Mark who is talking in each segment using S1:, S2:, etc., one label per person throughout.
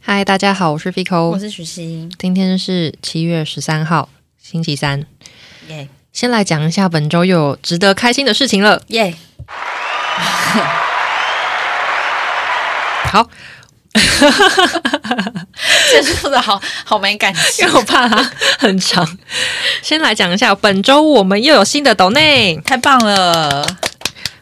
S1: 嗨，大家好，我是 Fico，
S2: 是许昕，
S1: 今天是七月十三号，星期三。
S2: 耶
S1: 先来讲一下本周又有值得开心的事情了。
S2: 耶，
S1: 好，
S2: 结束的好好没感情
S1: 因 为我怕它很长，先来讲一下本周我们又有新的抖内，
S2: 太棒了！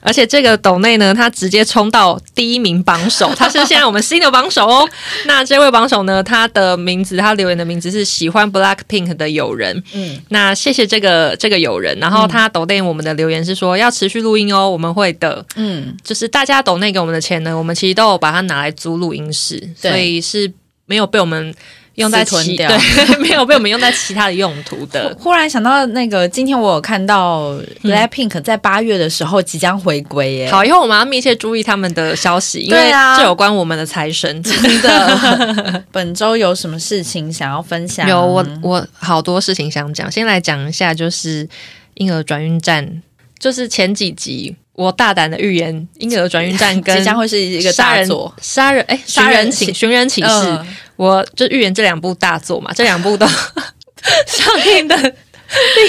S1: 而且这个抖内呢，它直接冲到第一名榜首，它是现在我们新的榜首哦。那这位榜首呢，他的名字，他留言的名字是喜欢 Black Pink 的友人，
S2: 嗯，
S1: 那谢谢这个这个友人，然后他抖内我们的留言是说要持续录音哦，我们会的。
S2: 嗯，
S1: 就是大家抖内给我们的钱呢，我们其实都有把它拿来租录音室，
S2: 对
S1: 所以是没有被我们用在
S2: 私吞
S1: 其
S2: 掉
S1: 对， 没有被我们用在其他的用途 的。
S2: 忽然想到那个，今天我有看到 Blackpink 在八月的时候即将回归
S1: 嗯
S2: 耶，
S1: 好，以后我们要密切注意他们的消息，因为
S2: 对啊
S1: 这有关我们的财 神。
S2: 真的。 本周有什么事情想要分享？
S1: 有我我好多事情想讲，先来讲一下就是婴儿转运站，就是前几集我大胆的预言婴儿转运站跟
S2: 即将会是一个
S1: 杀
S2: 大
S1: 人
S2: 作。
S1: 杀人哎
S2: 寻
S1: 杀人
S2: 人
S1: 请
S2: 启
S1: 寻人启事，
S2: 嗯
S1: 我就预言这两部大作嘛，这 两部都上映的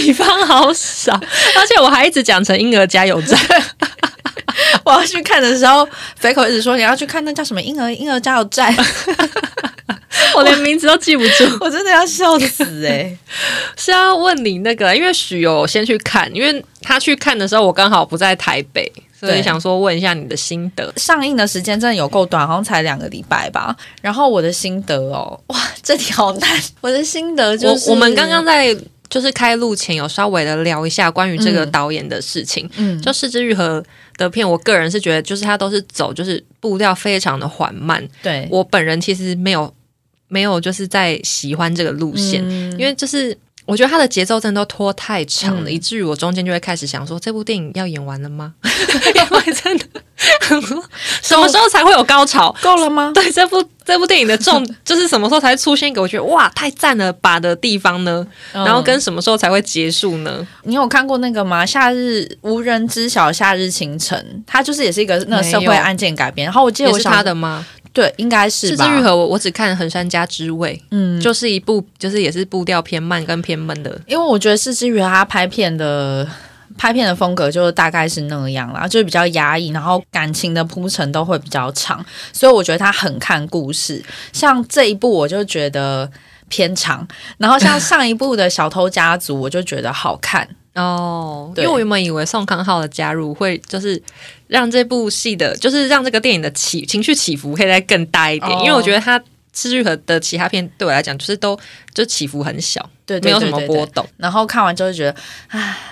S1: 地方好少，而且我还一直讲成婴儿加油站，
S2: 我要去看的时候，肥口一直说你要去看那叫什么婴儿婴儿加油 站，
S1: 我连名字都记不住。
S2: 我真的要笑死哎！
S1: 是要问你那个，因为许有先去看，因为他去看的时候我刚好不在台北，所以
S2: 对
S1: 想说问一下你的心得。
S2: 上映的时间真的有够短，好像才两个礼拜吧。然后我的心得哦，哇，这题好难。我的心得就是，
S1: 我我们刚刚在就是开录前有稍微的聊一下关于这个导演的事情，
S2: 嗯
S1: 就《失之愈合》的片，我个人是觉得就是他都是走就是步调非常的缓慢，
S2: 对
S1: 我本人其实没有没有就是在喜欢这个路线，
S2: 嗯
S1: 因为就是。我觉得他的节奏真的都拖太长了，
S2: 嗯
S1: 以至于我中间就会开始想说，这部电影要演完了 吗？因为真的，什么时候才会有高潮？
S2: 够了吗？
S1: 对这部这部电影的重 就是什么时候才会出现一个我觉得哇太赞了吧的地方呢？然后跟什么时候才会结束呢？
S2: 嗯你有看过那个吗？夏日无人知晓，夏日清晨，它就是也是一个那个社
S1: 没
S2: 会
S1: 有
S2: 案件改编。然后我记得
S1: 也
S2: 我
S1: 是
S2: 小
S1: 他的吗？
S2: 对，应该
S1: 是
S2: 是
S1: 之
S2: 吧？
S1: 愈合我我只看《横山家之味》，
S2: 嗯，
S1: 就是一部就是也是步调偏慢跟偏闷的。
S2: 因为我觉得四之愈合他拍片的拍片的风格就大概是那样啦，就是比较压抑，然后感情的铺陈都会比较长，所以我觉得他很看故事。像这一部我就觉得偏长，然后像上一部的小偷家族我就觉得好看，
S1: 哦，因
S2: 对
S1: 为我原本以为宋康昊的加入会就是让这部戏的，就是让这个电影的起情绪起伏可以再更大一点，
S2: 哦
S1: 因为我觉得他《赤愈合》的其他片对我来讲就是都就起伏很小，
S2: 对
S1: 没
S2: 对
S1: 有
S2: 对
S1: 什
S2: 对
S1: 么
S2: 对
S1: 波动，
S2: 然后看完之后就觉得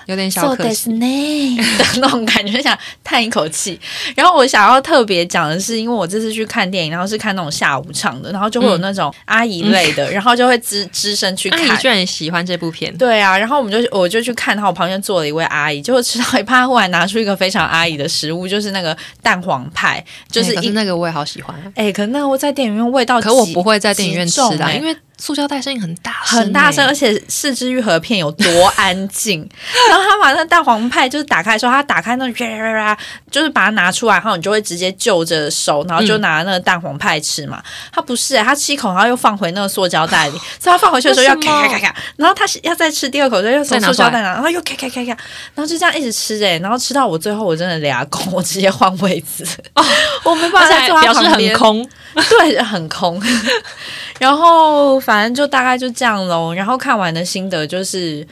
S1: 有点小
S2: 做
S1: 可
S2: 的
S1: 惜。
S2: 是呢的 那种感觉，想叹一口气。然后我想要特别讲的是，因为我这次去看电影，然后是看那种下午场的，然后就会有那种阿姨类
S1: 嗯
S2: 的，然后就会只只身去
S1: 那
S2: 看
S1: 哎你。居然喜欢这部片？
S2: 对啊，然后我们就我就去看，然后我旁边坐了一位阿姨，结果吃到一半，她忽然拿出一个非常阿姨的食物，就是那个蛋黄派，就是
S1: 欸可
S2: 一
S1: 是那个我也好喜欢，
S2: 哎、可那我在电影院味道极，
S1: 可我不会在电影院吃
S2: 极
S1: 的
S2: 重
S1: 啊，
S2: 欸
S1: 因为塑胶袋声音很大声欸，
S2: 很大声，而且四肢愈合片有多安静。 然后他把那蛋黄派就是打开的时候，他打开那种就是把它拿出来，然后你就会直接就着手，然后就拿那个蛋黄派吃嘛。他不是、欸，他吃一口，然后又放回那个塑胶袋里，所以他放回去的时候要
S1: 为什么
S2: 咔咔咔咔，然后他是要再吃第二口，就又
S1: 再
S2: 从
S1: 拿
S2: 塑
S1: 出来
S2: 胶袋拿，然后又咔咔咔咔，然后就这样一直吃哎、欸，然后吃到我最后我真的俩拱，我直接换位置，哦我没
S1: 而
S2: 办法再
S1: 且
S2: 坐他
S1: 表示
S2: 旁边
S1: 很。空。
S2: 对，很空。 然后反正就大概就这样喽。然后看完的心得就是，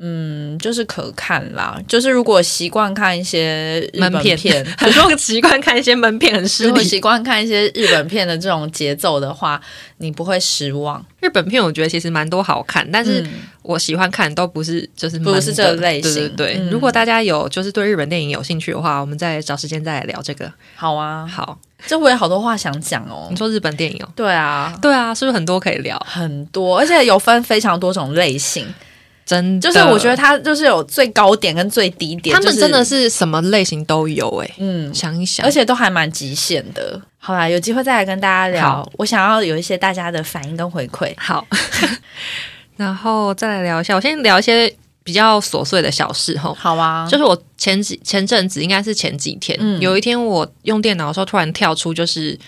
S2: 嗯，就是可看啦。就是如果习惯看一些日
S1: 门
S2: 本
S1: 片
S2: 片
S1: 很多人习惯看一些门片很失
S2: 如果
S1: 礼。
S2: 习惯看一些日本片的这种节奏的话，你不会失望。
S1: 日本片我觉得其实蛮多好看，但是
S2: 嗯
S1: 我喜欢看都不是就是
S2: 不是
S1: 闷的
S2: 这类型
S1: 对对对，
S2: 嗯
S1: 如果大家有就是对日本电影有兴趣的话，我们再找时间再来聊这个。
S2: 好啊，
S1: 好，
S2: 这我有好多话想讲哦
S1: 你。说日本电影哦。
S2: 对啊。
S1: 对啊，是不是很多可以聊？
S2: 很多，而且有分非常多种类型，
S1: 真的
S2: 就是我觉得它就是有最高点跟最低点，
S1: 他们
S2: 就是
S1: 真的是什么类型都有哎、
S2: 嗯，
S1: 想一想，
S2: 而且都还蛮极限的。好啦，有机会再来跟大家聊
S1: 好。
S2: 我想要有一些 大家的反应跟回馈。
S1: 好，然后再来聊一下，我先聊一些比较琐碎的小事哈。
S2: 好啊，
S1: 就是我前几前阵子应该是前几天，
S2: 嗯
S1: 有一天我用电脑的时候突然跳出，就是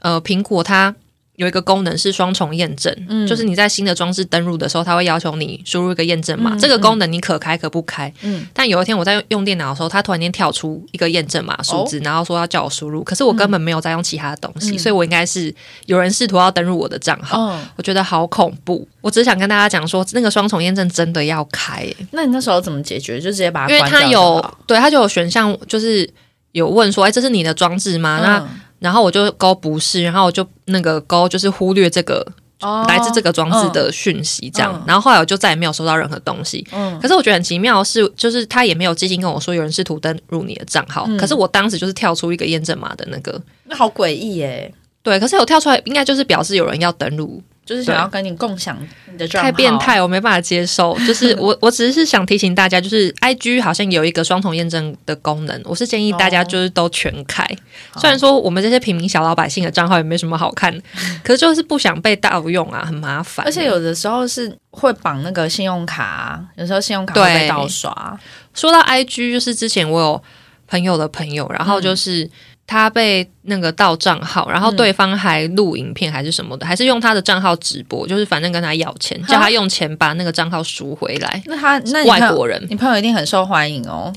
S1: 呃，苹果它有一个功能是双重验证，
S2: 嗯
S1: 就是你在新的装置登录的时候，它会要求你输入一个验证码，这个功能你可开可不开。
S2: 嗯
S1: 但有一天我在用用电脑的时候，它突然间跳出一个验证码数
S2: 哦
S1: 字，然后说要叫我输入，可是我
S2: 嗯
S1: 根本没有在用其他的东西，所以我应该是有人试图要登录我的账号。
S2: 嗯，
S1: 我觉得好恐怖，我只想跟大家讲说，那个双重验证真的要开、欸
S2: 那你那时候怎么解决？就直接把它
S1: 因为
S2: 关掉
S1: 它
S2: 就
S1: 有
S2: 好
S1: 对它就有选项，就是有问说，哎，这是你的装置吗？那
S2: 嗯
S1: 然后我就勾不是，然后我就那个勾就是忽略这个、
S2: 哦
S1: 来自这个装置的讯息，这样。
S2: 嗯
S1: 然后后来我就再也没有收到任何东西。
S2: 嗯
S1: 可是我觉得很奇妙的是，就是他也没有寄信跟我说有人试图登入你的账号，
S2: 嗯
S1: 可是我当时就是跳出一个验证码的那个，
S2: 那好诡异耶，
S1: 对，可是有跳出来，应该就是表示有人要登入，
S2: 就是想
S1: 对
S2: 要跟你共享你的账号
S1: 太变，态，我没办法接受。 就是我，我只是想提醒大家，就是 I G 好像有一个双重验证的功能，我是建议大家就是都全开。
S2: 哦好
S1: 虽然说我们这些平民小老百姓的账号也没什么好 看，可是就是不想被盗用啊，很麻烦。
S2: 而且有的时候是会绑那个信用卡啊，有时候信用卡
S1: 对
S2: 会被盗刷，
S1: 说到 I G，就是之前我有朋友的朋友，然
S2: 嗯
S1: 后就是。他被那个盗账号，然后对方还录影片还是什么的，还是用他的账号直播，就是反正跟他要钱，
S2: 哈
S1: 叫他用钱把那个账号赎回来。
S2: 那他那你
S1: 外
S2: 看
S1: 国人，
S2: 你朋友一定很受欢迎哦。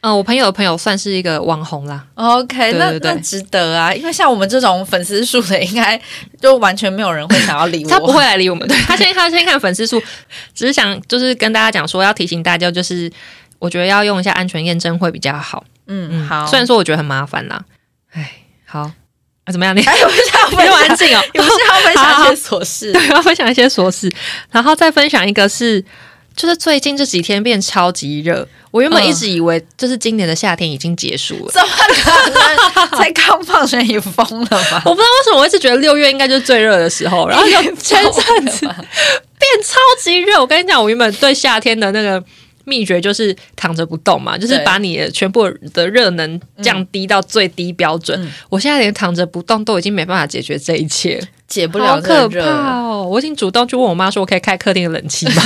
S1: 嗯、我朋友的朋友算是一个网红啦，
S2: OK，
S1: 对
S2: 那
S1: 对对
S2: 那值得啊，因为像我们这种粉丝数的，应该就完全没有人会想要理我。
S1: 他不会来理我 们。对他先他先看粉丝数，只是想就是跟大家讲说，要提醒大家，就是我觉得要用一下安全验证会比较好。
S2: 嗯，好，
S1: 虽然说我觉得很麻烦啦，哎，好，啊怎么样？你
S2: 哎，我不是 要
S1: 你
S2: 分
S1: 那么
S2: 享，
S1: 安静哦。
S2: 也不是要分
S1: 好
S2: 享
S1: 好
S2: 一些琐 事。
S1: 对，要分享一些琐事，然后再分享一个是。就是最近这几天变超级热，我原本
S2: 嗯
S1: 一直以为就是今年的夏天已经结束了，
S2: 怎么可能？才刚放学你疯了 吧？
S1: 我不知道为什么我一直觉得六月应该就是最热的时 候，然后就前阵子 变超级热。我跟你讲，我原本对夏天的那个秘诀就是躺着不动嘛，就是
S2: 对
S1: 把你的全部的热能降低到最低标准。
S2: 嗯
S1: 我现在连躺着不动都已经没办法解决这一切，
S2: 解不
S1: 好
S2: 了
S1: 可
S2: 这个热
S1: 怕哦！我已经主动去问我妈说，我可以开客厅的冷气 吗？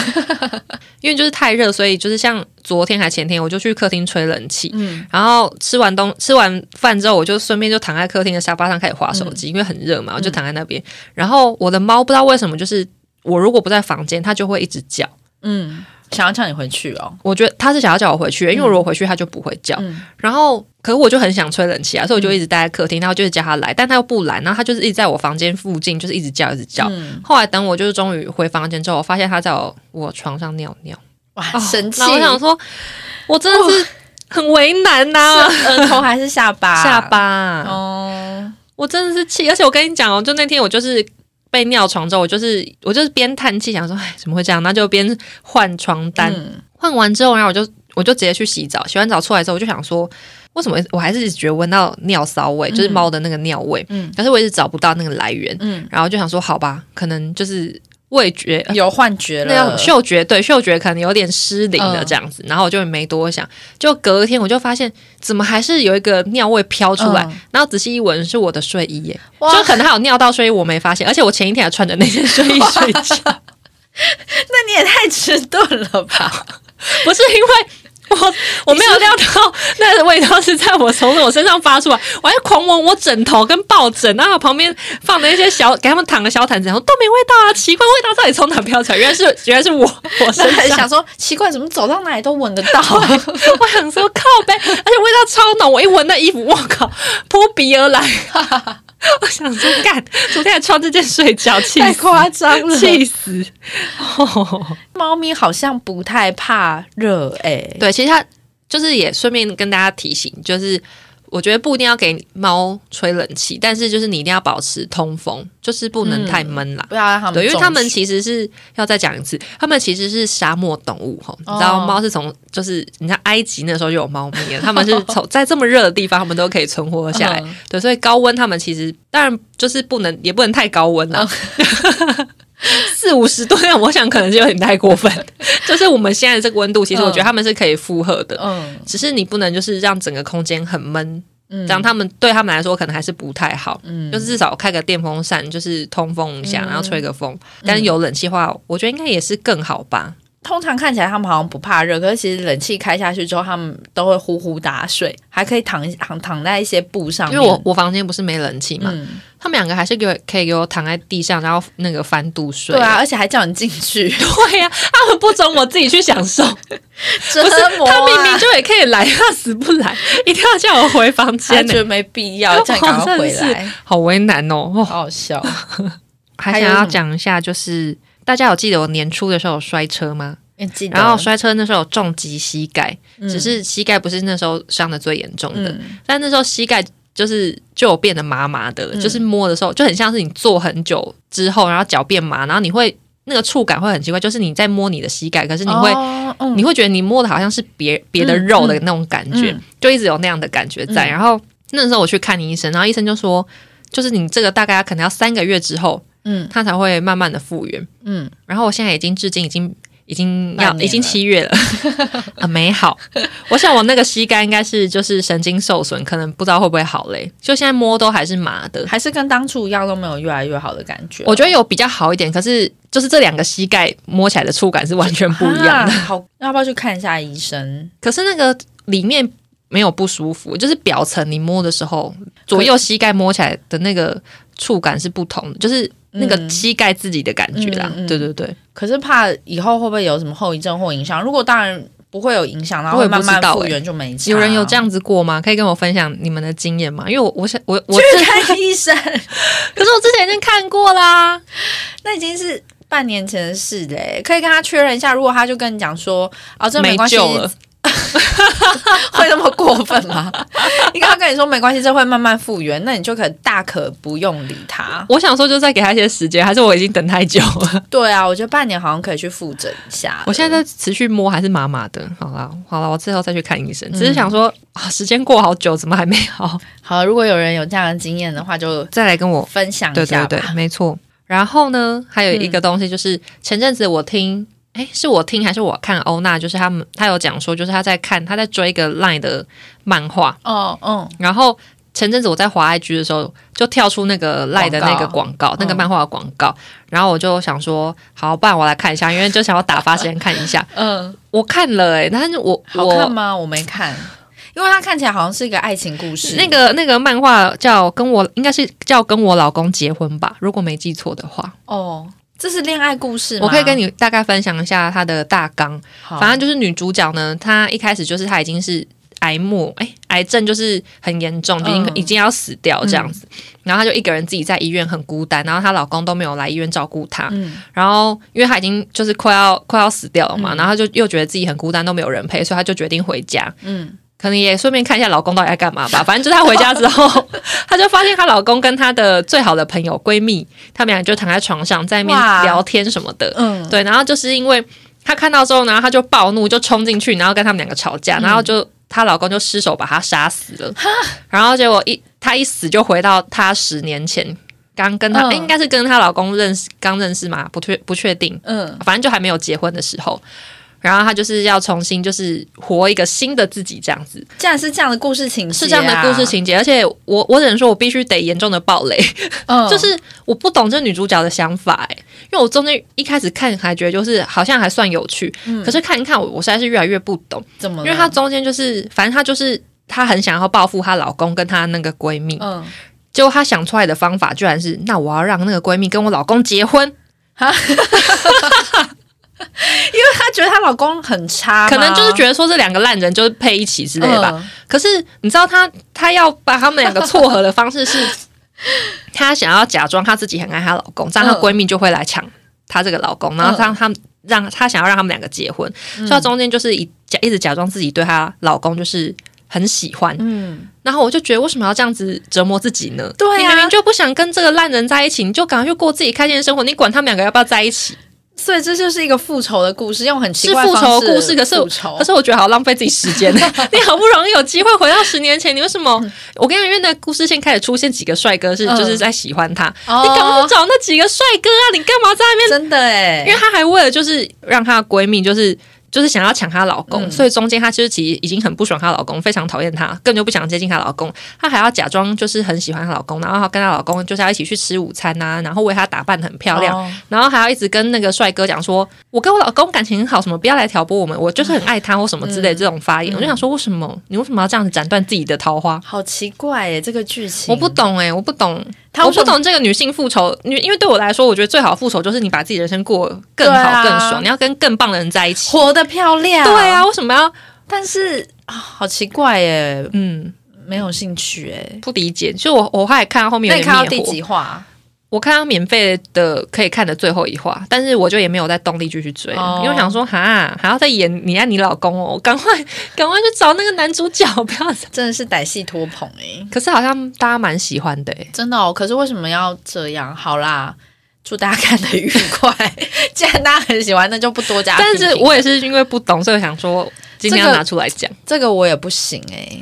S1: 因为就是太热，所以就是像昨天还前天，我就去客厅吹冷气。
S2: 嗯，
S1: 然后吃完东吃完饭之后，我就顺便就躺在客厅的沙发上开始划手机，
S2: 嗯
S1: 因为很热嘛，我就躺在那边。然后我的猫不知道为什么，就是我如果不在房间，它就会一直叫。
S2: 嗯，想要叫你回去哦。
S1: 我觉得它是想要叫我回去，因为我如果回去它就不会叫。
S2: 嗯
S1: 然后，可是我就很想吹冷气啊，所以我就一直待在客厅，然后就是叫它来，但它又不来，然后它就是一直在我房间附近，就是一直叫，一直叫。
S2: 嗯，
S1: 后来等我就是终于回房间之后，我发现它在我我床上尿尿，
S2: 哇，生啊气哦
S1: 然！后我想说，我真的是很为难呐、
S2: 额呃头还是下巴？
S1: 下巴啊、
S2: 哦，
S1: 我真的是气，而且我跟你讲哦，就那天我就是被尿床之后，我就是我就是边叹气想说，哎，怎么会这样？那就边换床单，
S2: 嗯
S1: 换完之后，然后我就我就直接去洗澡，洗完澡出来之后，我就想说，为什么我还是觉得闻到尿骚味，就是猫的那个尿味，
S2: 嗯
S1: 可是我一直找不到那个来源，
S2: 嗯，
S1: 然后就想说，好吧，可能就是味觉。 呃
S2: 有幻觉
S1: 那
S2: 了
S1: 种。嗅觉对嗅觉可能有点失灵
S2: 嗯
S1: 了这样子，然后我就没多想，就隔天我就发现怎么还是有一个尿味飘出来，
S2: 嗯
S1: 然后仔细一闻是我的睡衣耶、
S2: 哇
S1: 就可能还有尿到睡衣，我没发现，而且我前一天还穿着那件睡衣睡觉，
S2: 那你也太迟钝了吧？
S1: 不是因为。我我没有料到那个味道是在我从我身上发出来，我还狂闻我枕头跟抱枕，然后旁边放的一些小给他们躺个小毯子，然后都没味道啊，奇怪，味道到底从哪飘出来？原来是 原来是我我身
S2: 那很
S1: 上
S2: 想，说，奇怪，怎么走到哪里都闻得 到？
S1: 我想说靠呗，而且味道超浓，我一闻那衣服，我靠，扑鼻而来， 我想说干，昨天还穿这件睡觉，气
S2: 太
S1: 死
S2: 夸张了！
S1: 气死，哦。
S2: 猫咪好像不太怕热，哎，
S1: 对，其实它就是也顺便跟大家提醒，就是我觉得不一定要给猫吹冷气，但是就是你一定要保持通风，就是不能太闷啦。
S2: 不要让它们
S1: 对，因为它们
S2: 中暑
S1: 其实是要再讲一次，它们其实是沙漠动物吼，你知道
S2: 哦
S1: 猫是从就是你看埃及那时候就有猫咪了，它们是从在这么热的地方，它们都可以存活下来。
S2: 嗯
S1: 对，所以高温它们其实当然就是不能，也不能太高温啦。
S2: 嗯
S1: 四五十度那种，我想可能是有点太过分。 就是我们现在这个温度，其实我觉得他们是可以负荷的，
S2: 嗯
S1: 只是你不能就是让整个空间很闷，
S2: 嗯
S1: 这样他们对他们来说可能还是不太好。
S2: 嗯
S1: 就是至少开个电
S2: 嗯
S1: 风扇，就是通风一下，然后吹个风。但是有冷气的话，我觉得应该也是更好吧。
S2: 通常看起来他们好像不怕热，可是其实冷气开下去之后，他们都会呼呼大睡，还可以躺躺躺在一些布上
S1: 因为
S2: 面。
S1: 我我房间不是没冷气嘛，
S2: 嗯，
S1: 他们两个还是给我可以给我躺在地上，然后那个翻肚睡。
S2: 对啊，，而且还叫你进 去
S1: 对呀、他们不准我自己去享 受，
S2: 折
S1: 不是
S2: 磨、啊，
S1: 他明明就也可以来，他死不来，一定要叫我回房
S2: 他
S1: 间呢、
S2: 觉得没必要，叫你赶快回
S1: 真
S2: 来，
S1: 好为难哦。哦
S2: 好好笑。
S1: 还想要讲一下，就是大家有记得我年初的时候有摔车吗？
S2: 记得
S1: 然后摔车那时候有重击膝盖，
S2: 嗯
S1: 只是膝盖不是那时候伤的最严重的，
S2: 嗯
S1: 但那时候膝盖就是就有变得麻麻的了，
S2: 嗯
S1: 就是摸的时候就很像是你坐很久之后，然后脚变麻，然后你会那个触感会很奇怪，就是你在摸你的膝盖，可是你会、
S2: 哦嗯
S1: 你会觉得你摸的好像是别别的肉的那种感觉，
S2: 嗯嗯
S1: 就一直有那样的感觉在。
S2: 嗯
S1: 然后那时候我去看医生，然后医生就说，就是你这个大概可能要三个月之后，
S2: 嗯
S1: 它才会慢慢的复原。
S2: 嗯，
S1: 然后我现在已经至今已经已经要
S2: 半年了
S1: 已经七 月了，啊，没好。我想我那个膝盖应该是就是神经受损，可能不知道会不会好嘞。就现在摸都还是麻的，
S2: 还是跟当初一样，都没有越来越好的感觉。
S1: 我觉得有比较好一点，可是就是这两个膝盖摸起来的触感是完全不一样的。
S2: 啊好，要不要去看一下医生？
S1: 可是那个里面没有不舒服，就是表层你摸的时候，左右膝盖摸起来的那个触感是不同的，就是那个
S2: 嗯
S1: 膝盖自己的感觉啦。
S2: 嗯嗯嗯
S1: 对对对，
S2: 可是怕以后会不会有什么后遗症或影响？如果当然不会有影响，然后
S1: 我
S2: 会
S1: 也不
S2: 慢慢
S1: 知道
S2: 复
S1: 欸
S2: 原就没差。
S1: 有人有这样子过吗？可以跟我分享你们的经验吗？因为我我想我我
S2: 去
S1: 之
S2: 看医生，
S1: 可是我之前已经看过啦。
S2: 那已经是半年前的事嘞、可以跟他确认一下。如果他就跟你讲说，哦，这没关系，
S1: 没救了
S2: 会那么过分 吗？你刚刚跟你说没关系，这会慢慢复原，那你就可大可不用理他。
S1: 我想说，就再给他一些时间，还是我已经等太久 了？
S2: 对啊，我觉得半年好像可以去复诊一下。
S1: 我现在在持续摸，还是麻麻的。好啦，好啦，我之后再去看医生。只是想说，啊，时间过好久，怎么还没好？
S2: 好，如果有人有这样的经验的话，就
S1: 再来跟我
S2: 分享
S1: 对
S2: 一
S1: 对
S2: 下吧。
S1: 对，没错。嗯然后呢，还有一个东西就是、前阵子我听，哎，是我听还是我看欧娜？就是他们他有讲说，就是他在看他在追一个 LINE 的漫画，
S2: 哦，嗯，
S1: 然后。前阵子我在滑 IG 的时候，就跳出那个赖的那个广告，
S2: 嗯
S1: 那个漫画的广告，然后我就想说，好，不然我来看一下，因为就想要打发时间看一下。
S2: 嗯，
S1: 我看了、诶，但是我
S2: 好看
S1: 我
S2: 吗？我没看，因为它看起来好像是一个爱情故事。
S1: 那个那个漫画叫跟我应该是叫跟我老公结婚吧，如果没记错的话，
S2: 哦，这是恋爱故事吗？
S1: 我可以跟
S2: 你，
S1: 你大概分享一下它的大纲。反正就是女主角呢，她一开始就是她已经是癌末，哎、癌症就是很严重，已经、
S2: 嗯
S1: 已经要死掉这样子。然后她就一个人自己在医院很孤单，然后她老公都没有来医院照顾她。
S2: 嗯
S1: 然后因为她已经就是快要快要死掉了嘛，然后她就又觉得自己很孤单，都没有人陪，所以她就决定回家。
S2: 嗯，
S1: 可能也顺便看一下老公到底在干嘛吧。反正就是她回家之 后，她就发现她老公跟她的最好的朋友闺蜜，他们俩就躺在床上在那边
S2: 哇
S1: 聊天什么的。
S2: 嗯，
S1: 对，然后就是因为她看到之后，然后她就暴怒，就冲进去，然后跟他们两个吵
S2: 嗯
S1: 架，然后就她老公就失手把她杀死了，然后结果一她一死就回到她十年前刚跟她、
S2: 嗯
S1: 诶应该是跟她老公认识刚认识嘛，不确不确定，
S2: 嗯
S1: 反正就还没有结婚的时候。然后她就是要重新，就是活一个新的自己，这样子
S2: 竟然是这样的故事情节、啊
S1: 是这样的故事，情节。而且我我只能说，我必须得严重的暴雷，
S2: 嗯
S1: 就是我不懂这女主角的想法、欸，因为我中间一开始看还觉得就是好像还算有趣，
S2: 嗯
S1: 可是看一看我我实在是越来越不懂，
S2: 怎么
S1: 因
S2: 了？
S1: 为她中间就是反正她就是她很想要报复她老公跟她那个闺蜜，
S2: 嗯，
S1: 结果她想出来的方法居然是那我要让那个闺蜜跟我老公结婚，
S2: 她觉得她老公很差吗，
S1: 可能就是觉得说这两个烂人就是配一起之类的吧。
S2: 嗯
S1: 可是你知道她她要把他们两个撮合的方式 是，她想要假装她自己很爱她老公，这样她
S2: 嗯
S1: 闺蜜就会来抢她这个老公，然后让他们让她想要让他们两个结婚，所
S2: 嗯
S1: 以她中间就是一假一直假装自己对她老公就是。很喜欢，
S2: 嗯，
S1: 然后我就觉得为什么要这样子折磨自己呢？
S2: 对啊
S1: 你明明就不想跟这个烂人在一起，你就赶快去过自己开心的生活，你管他们两个要不要在一起？
S2: 所以这就是一个复仇的故事，用很奇
S1: 是
S2: 怪
S1: 复
S2: 的
S1: 仇
S2: 方式
S1: 故事，可是
S2: 复仇
S1: 可是我觉得好浪费自己时 间。你好不容易有机会回到十年前，你为什么？我跟你讲，因为那故事线开始出现几个帅哥是、
S2: 嗯
S1: 就是在喜欢他，
S2: 哦
S1: 你赶快去找那几个帅哥啊！你干嘛在那边？
S2: 真的哎
S1: 因为，她还为了就是让她的闺蜜就是就是想要抢她老公，
S2: 嗯
S1: 所以中间她就是其实已经很不爽她老公，非常讨厌她，根本就不想接近她老公。她还要假装就是很喜欢她老公，然后要跟她老公就是要一起去吃午餐啊，然后为她打扮得很漂亮，
S2: 哦
S1: 然后还要一直跟那个帅哥讲说，我跟我老公感情很好，什么不要来挑拨我们，我就是很爱他或什么之
S2: 嗯
S1: 类的这种发言，我就想说，为什么你为什么要这样子斩断自己的桃花？
S2: 好奇怪耶，这个剧情
S1: 我不懂哎、我不懂，
S2: 他
S1: 我
S2: 为什
S1: 不
S2: 么
S1: 懂这个女性复仇女，因为对我来说，我觉得最好的复仇就是你把自己人生过得更
S2: 对
S1: 好、
S2: 啊
S1: 更爽，你要跟更棒的人在一起。
S2: 活得漂亮。
S1: 对啊，，为什么要
S2: 但是啊，好奇怪耶，
S1: 嗯
S2: 没有兴趣哎。
S1: 不理解？就我我后来看到后面
S2: 那
S1: 有
S2: 你看到
S1: 点
S2: 第
S1: 灭火，
S2: 几话？
S1: 我看到免费的可以看的最后一话，但是我就也没有再动力继续追了，
S2: 哦
S1: 因为我想说哈还要再演你爱你老公哦，我赶快赶快去找那个男主角，不要。
S2: 真的是歹戏拖棚哎，
S1: 可是好像大家蛮喜欢的、欸，
S2: 真的哦。可是为什么要这样？好啦。祝大家看得愉快。 既然大家很喜欢，那就不多加批
S1: 但
S2: 评。
S1: 是我也是因为不懂，所以我想说今天要
S2: 这个
S1: 拿出来讲，
S2: 这个我也不行哎、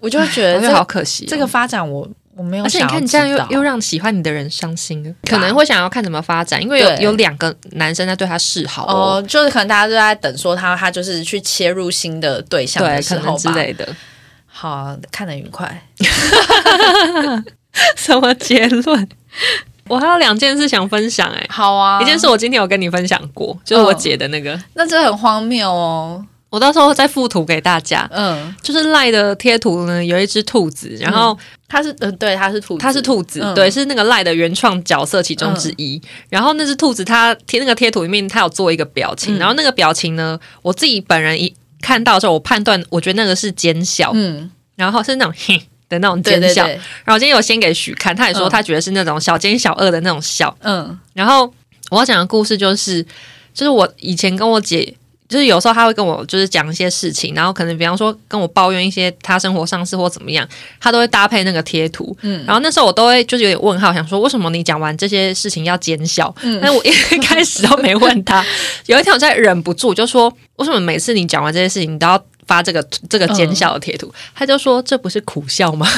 S2: 我就会
S1: 我觉
S2: 觉得呃这
S1: 得好
S2: 个
S1: 可惜哦、
S2: 这个发展我我没有
S1: 而且
S2: 想
S1: 你
S2: 要知道，
S1: 看，你这样又又让喜欢你的人伤心了，可
S2: 吧
S1: 能会想要看怎么发展，因为有
S2: 对
S1: 有两个男生在对他示好
S2: 哦、
S1: 哦，
S2: 就是可能大家都在等说他他就是去切入新的对象
S1: 对，
S2: 的
S1: 可
S2: 时
S1: 能
S2: 候
S1: 之
S2: 吧。
S1: 类的。
S2: 好啊，看得愉快。
S1: 什么结论？我还有两件事想分享、哎、
S2: 好啊，
S1: 一件事我今天有跟你分享过，就是我姐的那个，
S2: 那这很荒谬哦。
S1: 哦我到时候再附图给大家。
S2: 嗯，
S1: 就是赖的贴图呢，有一只兔子，然后
S2: 他是嗯，对，他是兔子，
S1: 它是兔子，
S2: 嗯
S1: 对，是那个赖的原创角色其中之一。然后那只兔子它贴那个贴图里面，它有做一个表情，
S2: 嗯
S1: 然后那个表情呢，我自己本人一看到的时候，我判断我觉得那个是奸笑，
S2: 嗯，
S1: 然后是那种嘿的那种
S2: 对
S1: 奸
S2: 对
S1: 笑。
S2: 对，
S1: 然后我今天有先给许看，他也说
S2: 嗯
S1: 他觉得是那种小奸小恶的那种笑。
S2: 嗯
S1: 然后我要讲的故事就是，就是我以前跟我姐。就是有时候她会跟我就是讲一些事情，然后可能比方说跟我抱怨一些她生活上事或怎么样，她都会搭配那个贴图。
S2: 嗯，
S1: 然后那时候我都会就是有点问号，想说为什么你讲完这些事情要奸笑？
S2: 嗯
S1: 但我一 开始都没问他。有一天我在忍不住就说，为什么每次你讲完这些事情，你都要发这个这个奸笑的贴图？他就说这不是苦笑吗？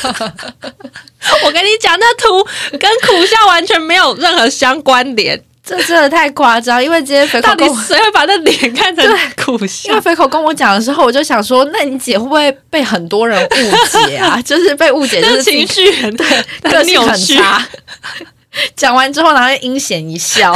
S1: 我跟你讲，那图跟苦笑完全没有任何相关联。
S2: 这真的太夸张，因为今天肥
S1: 到
S2: 口
S1: 底
S2: 跟我，
S1: 谁会把那脸看成苦
S2: 因
S1: 笑
S2: 为？肥口跟我讲的时候，我就想说，那你姐会不会被很多人误解 啊？就是被误解，就
S1: 那
S2: 是自己
S1: 情绪很对，
S2: 个
S1: 很
S2: 性
S1: 扭
S2: 很
S1: 曲，
S2: 差。讲完之后，然后阴险一 笑，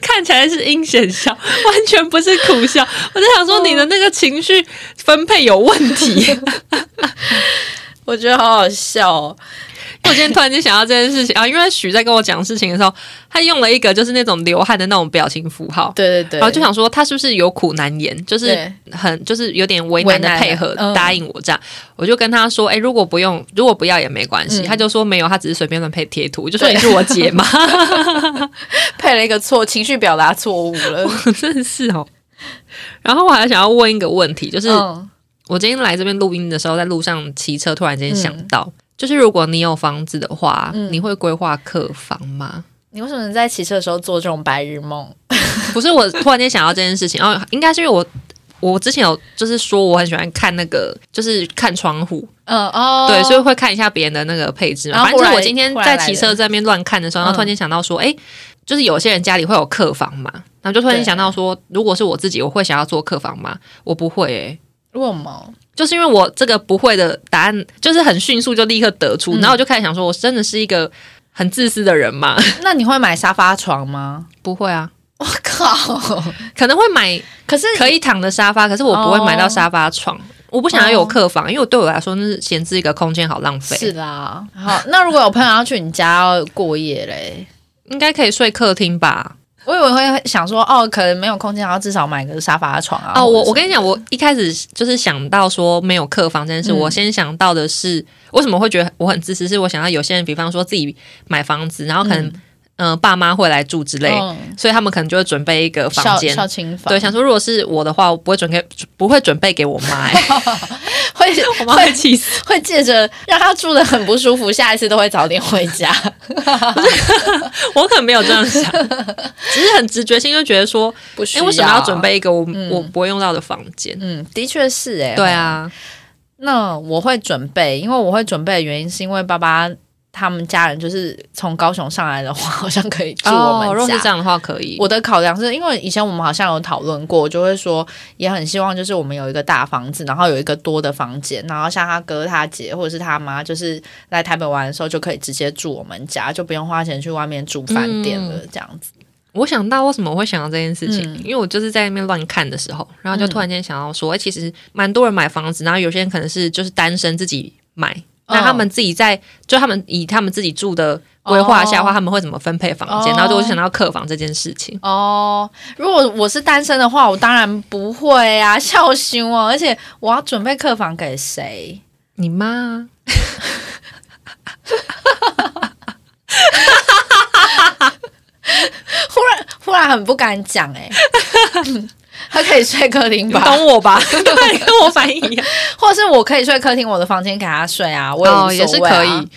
S1: 看起来是阴险笑，完全不是苦笑。我在想说，你的
S2: 嗯
S1: 那个情绪分配有问题。
S2: 我觉得好好笑哦。
S1: 我今天突然间想到这件事情啊，因为许在跟我讲事情的时候，他用了一个就是那种流汗的那种表情符号。
S2: 对对对，
S1: 然后就想说，他是不是有苦难言，就是
S2: 对
S1: 很就是有点为难的
S2: 为难
S1: 配合
S2: 嗯
S1: 答应我这样，我就跟他说，哎、如果不用，如果不要也没关系。
S2: 嗯
S1: 他就说没有，他只是随便乱配贴图。我就说
S2: 对
S1: 你是我姐吗？
S2: 配了一个错，情绪表达错误了。
S1: 真的是哦。然后我还想要问一个问题，就是
S2: 嗯
S1: 我今天来这边录音的时候，在路上骑车，突然间想到，就是如果你有房子的话，
S2: 嗯
S1: 你会规划客房吗？
S2: 你为什么在骑车的时候做这种白日梦？
S1: 不是，我突然间想到这件事情，哦，应该是因为我我之前有就是说我很喜欢看那个，就是看窗户，
S2: 嗯哦，
S1: 对，所以会看一下别人的那个配置嘛。
S2: 然后
S1: 反正就是
S2: 忽然
S1: 我今天
S2: 忽然
S1: 在
S2: 来嗯
S1: 骑
S2: 了
S1: 车在那边乱看的时候，然后突然间想到说，哎、就是有些人家里会有客房嘛，然后就突然间
S2: 对
S1: 想到说，如果是我自己，我会想要做客房吗？我不会、诶。
S2: 为什么？
S1: 就是因为我这个不会的答案，就是很迅速就立刻得出，
S2: 嗯
S1: 然后我就开始想说，我真的是一个很自私的人嘛？
S2: 那你会买沙发床吗？
S1: 不会啊，
S2: 我 靠！
S1: 可能会买
S2: 可是
S1: 可以躺的沙发，可是我不会买到沙发床。我不想要有客房，因为对我来说那是闲置一个空间，好浪费。
S2: 是啦，好，那如果有朋友要去你家要过夜嘞，
S1: 应该可以睡客厅吧？
S2: 我以为会想说哦，可能没有空间，然后至少买个沙发床啊。
S1: 哦，我
S2: 或者
S1: 我跟你讲，我一开始就是想到说没有客房这件事，
S2: 嗯
S1: 我先想到的是为什么会觉得我很自私，是我想到有些人，比方说自己买房子，然后可能嗯、哦呃爸妈会来住之类，
S2: 嗯
S1: 所以他们可能就会准备一个房
S2: 校
S1: 间，
S2: 校青房，
S1: 对，想说如果是我的话，我不会准给，不会准备给我 妈、欸，
S2: 会
S1: 我妈
S2: 会
S1: 会气死。
S2: 会借着让他住的很不舒服， 下一次都会早点回家。
S1: 我可能没有这样想，只是很直觉性就觉得说，
S2: 不
S1: 哎、
S2: 需要，
S1: 为什么要准？备一个我、
S2: 嗯
S1: 我不会用到的房间？
S2: 嗯，的确是哎、
S1: 对，啊，
S2: 那我会准备，因为我会准备的原因是因为爸爸他们家人就是从高雄上来的话， 好像可以住我
S1: 哦，
S2: 们
S1: 如果是
S2: 家。
S1: 这样的话，可以。
S2: 我的考量是因为以前我们好像有讨论过，我就会说也很希望就是我们有一个大房子，然后有一个多的房间，然后像他哥、他姐或者是他妈，就是来台北玩的时候就可以直接住我们家，就不用花钱去外面住饭店了，
S1: 嗯
S2: 这样子。
S1: 我想到为什么我会想到这件事情，
S2: 嗯
S1: 因为我就是在那边乱看的时候，然后就突然间想到说，哎、其实蛮多人买房子，然后有些人可能是就是单身自己买，
S2: 哦
S1: 那他们自己在就他们以他们自己住的规划下的话，
S2: 哦
S1: 他们会怎么分配房间？
S2: 哦
S1: 然后就我就想到客房这件事情。
S2: 哦，如果我是单身的话，我当然不会啊，孝心哦，而且我要准备客房给谁？
S1: 你
S2: 啊
S1: 妈，
S2: 忽然忽然很不敢讲哎、 他可以睡客厅
S1: 你
S2: 吧？
S1: 懂我 吧？对，跟我反应一样，
S2: 或者是我可以睡客厅，我的房间给他睡啊，我也无所谓、啊
S1: 哦也是可以。。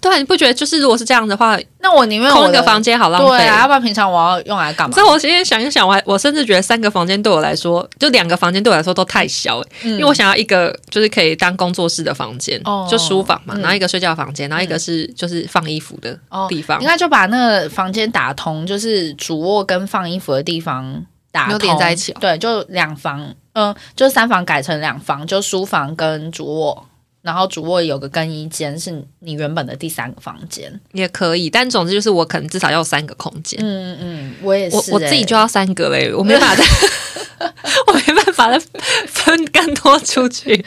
S1: 对啊，你不觉得就是如果是这样的话，
S2: 那我宁愿
S1: 空
S2: 我
S1: 一
S2: 的
S1: 个房间好浪费。
S2: 对啊，要不然平常我要用来干嘛
S1: 所？以我现在想一想，我还我甚至觉得三个房间对我来说，就两个房间对我来说都太小、欸
S2: 嗯
S1: 因为我想要一个就是可以当工作室的房间，
S2: 哦
S1: 就书房嘛，
S2: 嗯
S1: 然后一个睡觉房间，然后一个是就是放衣服的
S2: 哦
S1: 地方
S2: 应，该就把那个房间打通，就是主卧跟放衣服的地方打
S1: 没有
S2: 通，
S1: 连在一起哦
S2: 对，就两房，嗯、就三房改成两房，就书房跟主卧。然后主卧有个更衣间，是你原本的第三个房间。
S1: 也可以。但总之就是我可能至少要有三个空间，
S2: 嗯嗯，我也是、
S1: 我我自己就要三个欸嘞、我没办法再， 我没办法再分更多出去。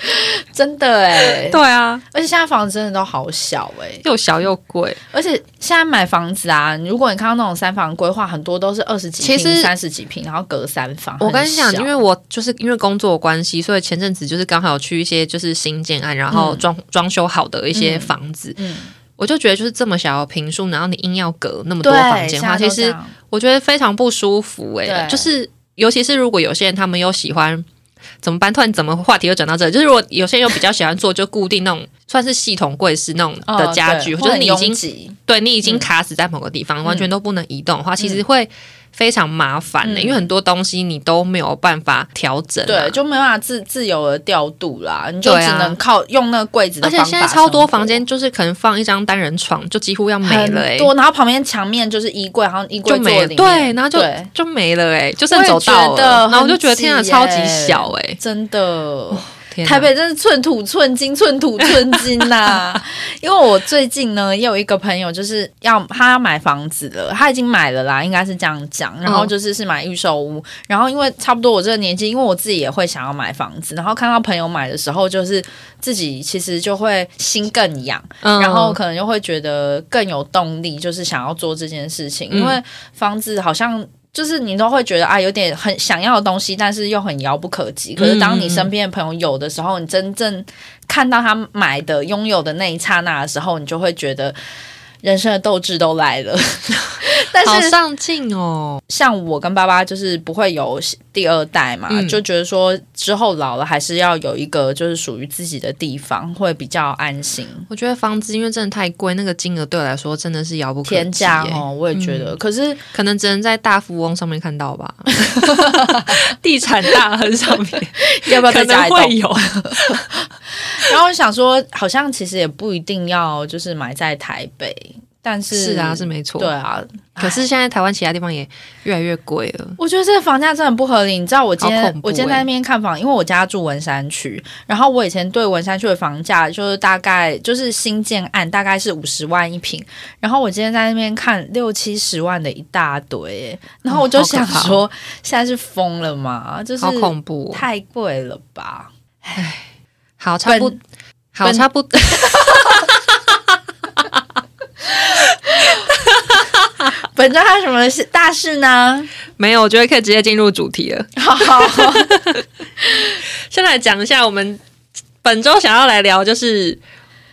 S2: 真的哎、
S1: 对啊，
S2: 而且现在房子真的都好小哎、
S1: 又小又贵，
S2: 而且现在买房子啊，如果你看到那种三房规划，很多都是二十几
S1: 其实
S2: 平、三十几平，然后隔三房。
S1: 我跟你讲
S2: 很，小
S1: 因为我就是因为工作的关系，所以前阵子就是刚好去一些就是新建案，然后装装、修好的一些房子，
S2: 嗯
S1: 我就觉得就是这么小的平数，然后你硬要隔那么
S2: 对
S1: 多房间的话，其
S2: 现在都这
S1: 实
S2: 样
S1: 我觉得非常不舒服诶、
S2: 对
S1: 就是尤其是如果有些人他们又喜欢。怎么办？突然怎么话题又转到这里？就是如果有些人又比较喜欢做，就固定那种算是系统柜式那种
S2: 哦
S1: 的家
S2: 对
S1: 具，
S2: 会
S1: 就是
S2: 很
S1: 你已
S2: 拥
S1: 经
S2: 挤
S1: 对你已
S2: 嗯
S1: 经卡死在某个地方，完全都不能移动的话，其实会非常麻烦的、
S2: 嗯
S1: 因为很多东西你都没有办法调整、啊
S2: 对，。就没办法自自由的调度啦，你就
S1: 对
S2: 只
S1: 啊
S2: 能靠用那个柜子的
S1: 而且
S2: 方法
S1: 现在超多
S2: 生活
S1: 房间就是可能放一张单人床，就几乎要没了、欸，
S2: 很多，然后旁边墙面就是衣柜，然后衣柜
S1: 就没
S2: 坐
S1: 了，
S2: 里面
S1: 对，然后就
S2: 对
S1: 就没了、欸，哎，就剩走道
S2: 我也觉得
S1: 了，
S2: 很
S1: 然后我就觉得天啊，
S2: 挤
S1: 超级
S2: 耶
S1: 小、欸，
S2: 真的。
S1: 哎，
S2: 台北真是寸土寸金，寸土寸金呐、因为我最近呢，也有一个朋友就是要他要买房子了，他已经买了啦，应该是这样讲。然后就是是买预售屋，然后因为差不多我这个年纪，因为我自己也会想要买房子，然后看到朋友买的时候，就是自己其实就会心更痒，
S1: 嗯
S2: 然后可能又会觉得更有动力，就是想要做这件事情，
S1: 嗯
S2: 因为房子好像。就是你都会觉得啊，有点很想要的东西，但是又很遥不可
S1: 嗯
S2: 及。可是当你身边的朋友有的时候，你真正看到他买的、拥有的那一刹那的时候，你就会觉得人生的斗志都来了。 但
S1: 好
S2: 是
S1: 上进哦，
S2: 像我跟爸爸就是不会有第二代嘛，
S1: 嗯
S2: 就觉得说之后老了还是要有一个就是属于自己的地方，会比较安心。
S1: 我觉得房子因为真的太贵，那个金额对我来说真的是遥不可及、欸，
S2: 天价哦，我也觉得。
S1: 嗯
S2: 可是
S1: 可能只能在大富翁上面看到 吧，地产大亨上面
S2: 要不要
S1: 可
S2: 再加
S1: 能
S2: 一
S1: 会
S2: 栋？
S1: 有。
S2: 然后我想说，好像其实也不一定要就是买在台北，但是
S1: 是啊，是没错。
S2: 对啊。
S1: 可是现在台湾其他地方也越来越贵了。
S2: 我觉得这个房价真的很不合理。你知道我今天、
S1: 好恐怖欸
S2: 我今天在那边看房，因为我家住文山区，然后我以前对文山区的房价就是大概就是新建案大概是五十万一平，然后我今天在那边看六七十万的一大堆耶，然后我就
S1: 哦好可
S2: 想
S1: 怕
S2: 说，现在是疯了吗？就是
S1: 好恐怖、哦！
S2: 太贵了吧。
S1: 好，差不
S2: 本
S1: 好，
S2: 本
S1: 差不 多。
S2: 本周还有什么事大事呢？
S1: 没有，我觉得可以直接进入主题了。
S2: 好，
S1: 先来讲一下我们本周想要来聊，就是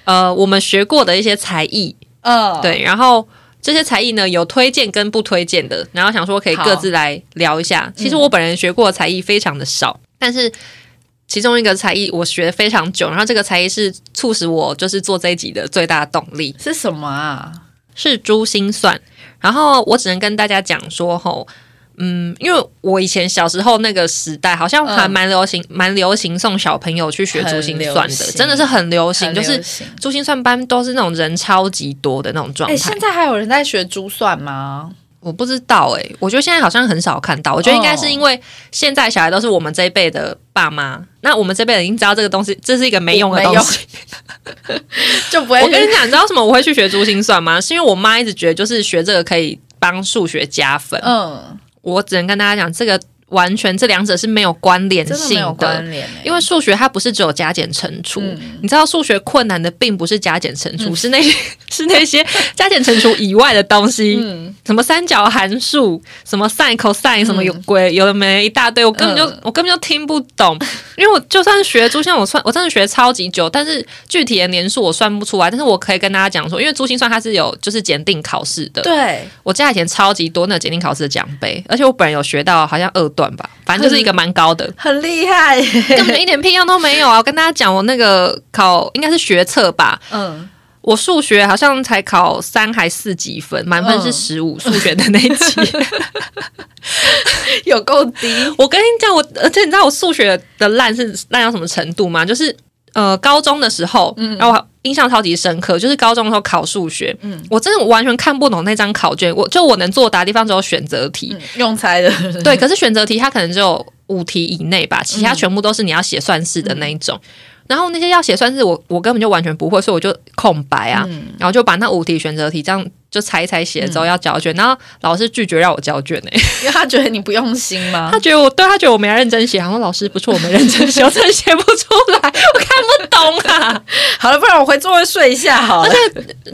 S1: 呃，我们学过的一些才艺。
S2: 嗯，，
S1: 对，然后这些才艺呢，有推荐跟不推荐的，然后想说可以
S2: 好
S1: 各自来聊一下。其实我本人学过的才艺非常的少，但是其中一个才艺我学得非常久，然后这个才艺是促使我就是做这一集的最大动力。
S2: 是什么啊？
S1: 是珠心算。然后我只能跟大家讲说，吼，嗯，因为我以前小时候那个时代，好像还
S2: 嗯
S1: 蛮流行，蛮、流行送小朋友去学珠心算
S2: 很
S1: 的
S2: 流，行
S1: 真的是很流行，
S2: 很
S1: 就是
S2: 流行
S1: 珠心算班都是那种人超级多的那种状
S2: 哎、
S1: 态。
S2: 现在还有人在学珠算 吗？
S1: 我不知道哎、我觉得现在好像很少看到。我觉得应该是因为现在小孩都是我们这一辈的爸妈，那我们这辈人已经知道这个东西，这是一个没用的东西。
S2: 就不
S1: 我
S2: 会
S1: 跟你讲，你知道为什么我会去学珠心算吗？是因为我妈一直觉得就是学这个可以帮数学加分。
S2: 嗯，
S1: 我只能跟大家讲，这个完全这两者是没有关联
S2: 真的没
S1: 性
S2: 有关联、欸，
S1: 因为数学它不是只有加减乘除，
S2: 嗯
S1: 你知道数学困难的并不是加减乘除，是那些是那些加减乘除以外的东西，
S2: 嗯
S1: 什么三角函数，什么 sin、cosine，什么有鬼、有的没一大堆，我根本就、
S2: 嗯
S1: 我根本就听不懂，因为我就算学珠心算，我算我真的学超级久，但是具体的年数我算不出来，但是我可以跟大家讲说，因为珠心算它是有就是检定考试的，
S2: 对，
S1: 我家以前超级多那个检定考试的奖杯，而且我本人有学到好像二段吧，反正就是一个蛮高的。
S2: 很厉害、欸，
S1: 根本就一点屁用都没有啊！我跟大家讲，我那个考应该是学测吧，
S2: 嗯，
S1: 我数学好像才考三还四几分，满分是
S2: 嗯
S1: 十五、数学的那一集。
S2: 有够低，
S1: 我跟你讲，我而且你知道我数学的烂是烂到什么程度吗？就是呃，高中的时候，然后我印象超级深刻，就是高中的时候考数学，我真的完全看不懂那张考卷，我就我能作答的地方只有选择题，
S2: 嗯用猜的，
S1: 对，可是选择题它可能只有五题以内吧，其他全部都是你要写算式的那一种。然后那些要写算式我，我根本就完全不会，所以我就空白啊，然后就把那五题选择题这样就猜一猜写了之后要交卷，然后老师拒绝让我交卷呢、
S2: 因为他觉得你不用心吗
S1: 他？觉得我对他觉得我没认真写，然后老师不错，我没认真写，我真的写不出来，我看不懂啊。
S2: 好了，不然我回座位睡一下好了。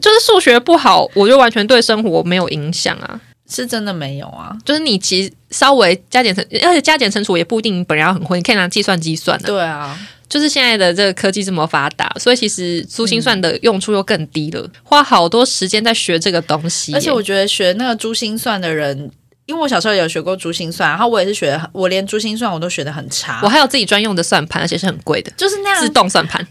S1: 就是数学不好，我就完全对生活没有影响啊。
S2: 是真的没有啊，
S1: 就是你其实稍微加减乘，而且加减乘除也不一定本来要很会，你可以拿计算机算啊。
S2: 对啊，
S1: 就是现在的这个科技这么发达，所以其实珠心算的用处又更低了，花好多时间在学这个东西耶。
S2: 而且我觉得学那个珠心算的人，因为我小时候有学过珠心算，然后我也是学得很，我连珠心算我都学的很差
S1: 我，还有自己专用的算盘，而且是很贵的
S2: 就是那
S1: 自
S2: 样。
S1: 动算盘。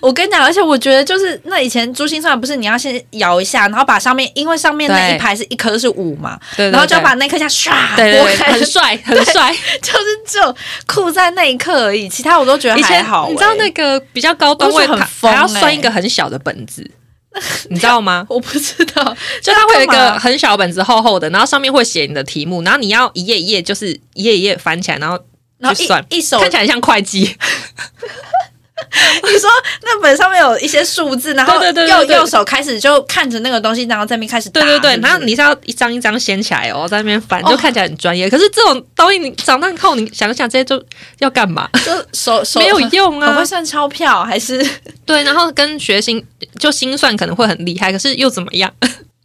S2: 我跟你讲，而且我觉得就是那以前珠心算不是你要先摇一下，然后把上面，因为上面那
S1: 对
S2: 一排是一颗是五嘛，
S1: 对对对
S2: 然后就要把那颗下唰
S1: 对对
S2: 拨
S1: 对，
S2: 开，
S1: 很帅很 帅。
S2: 就是只有酷在那一刻而已，其他我都觉得
S1: 以
S2: 还
S1: 前
S2: 好、欸。
S1: 你知道那个比较高段位，
S2: 我觉得
S1: 它
S2: 很疯
S1: 还要
S2: 欸
S1: 算一个很小的本 子，你知道吗？
S2: 我不知道，
S1: 就它会有一
S2: 那干
S1: 个
S2: 嘛
S1: 很小的本子，厚厚的，然后上面会写你的题目，然后你要一页一页，就是一页一页翻起来，然后
S2: 然
S1: 去算
S2: 后一一手
S1: 看起来像会计。
S2: 你说那本上面有一些数字，然后右
S1: 对对对对对
S2: 右手开始就看着那个东西，然后在那边开始打
S1: 对对对
S2: 是，不是
S1: 然后你是要一张一张掀起来哦，在那边翻，
S2: 哦
S1: 就看起来很专业。可是这种东西，你长大后你想想这些就要干 嘛？
S2: 就手手
S1: 没有用
S2: 我
S1: 啊
S2: 会。算钞票还是
S1: 对，然后跟学心就心算可能会很厉害，可是又怎么 样？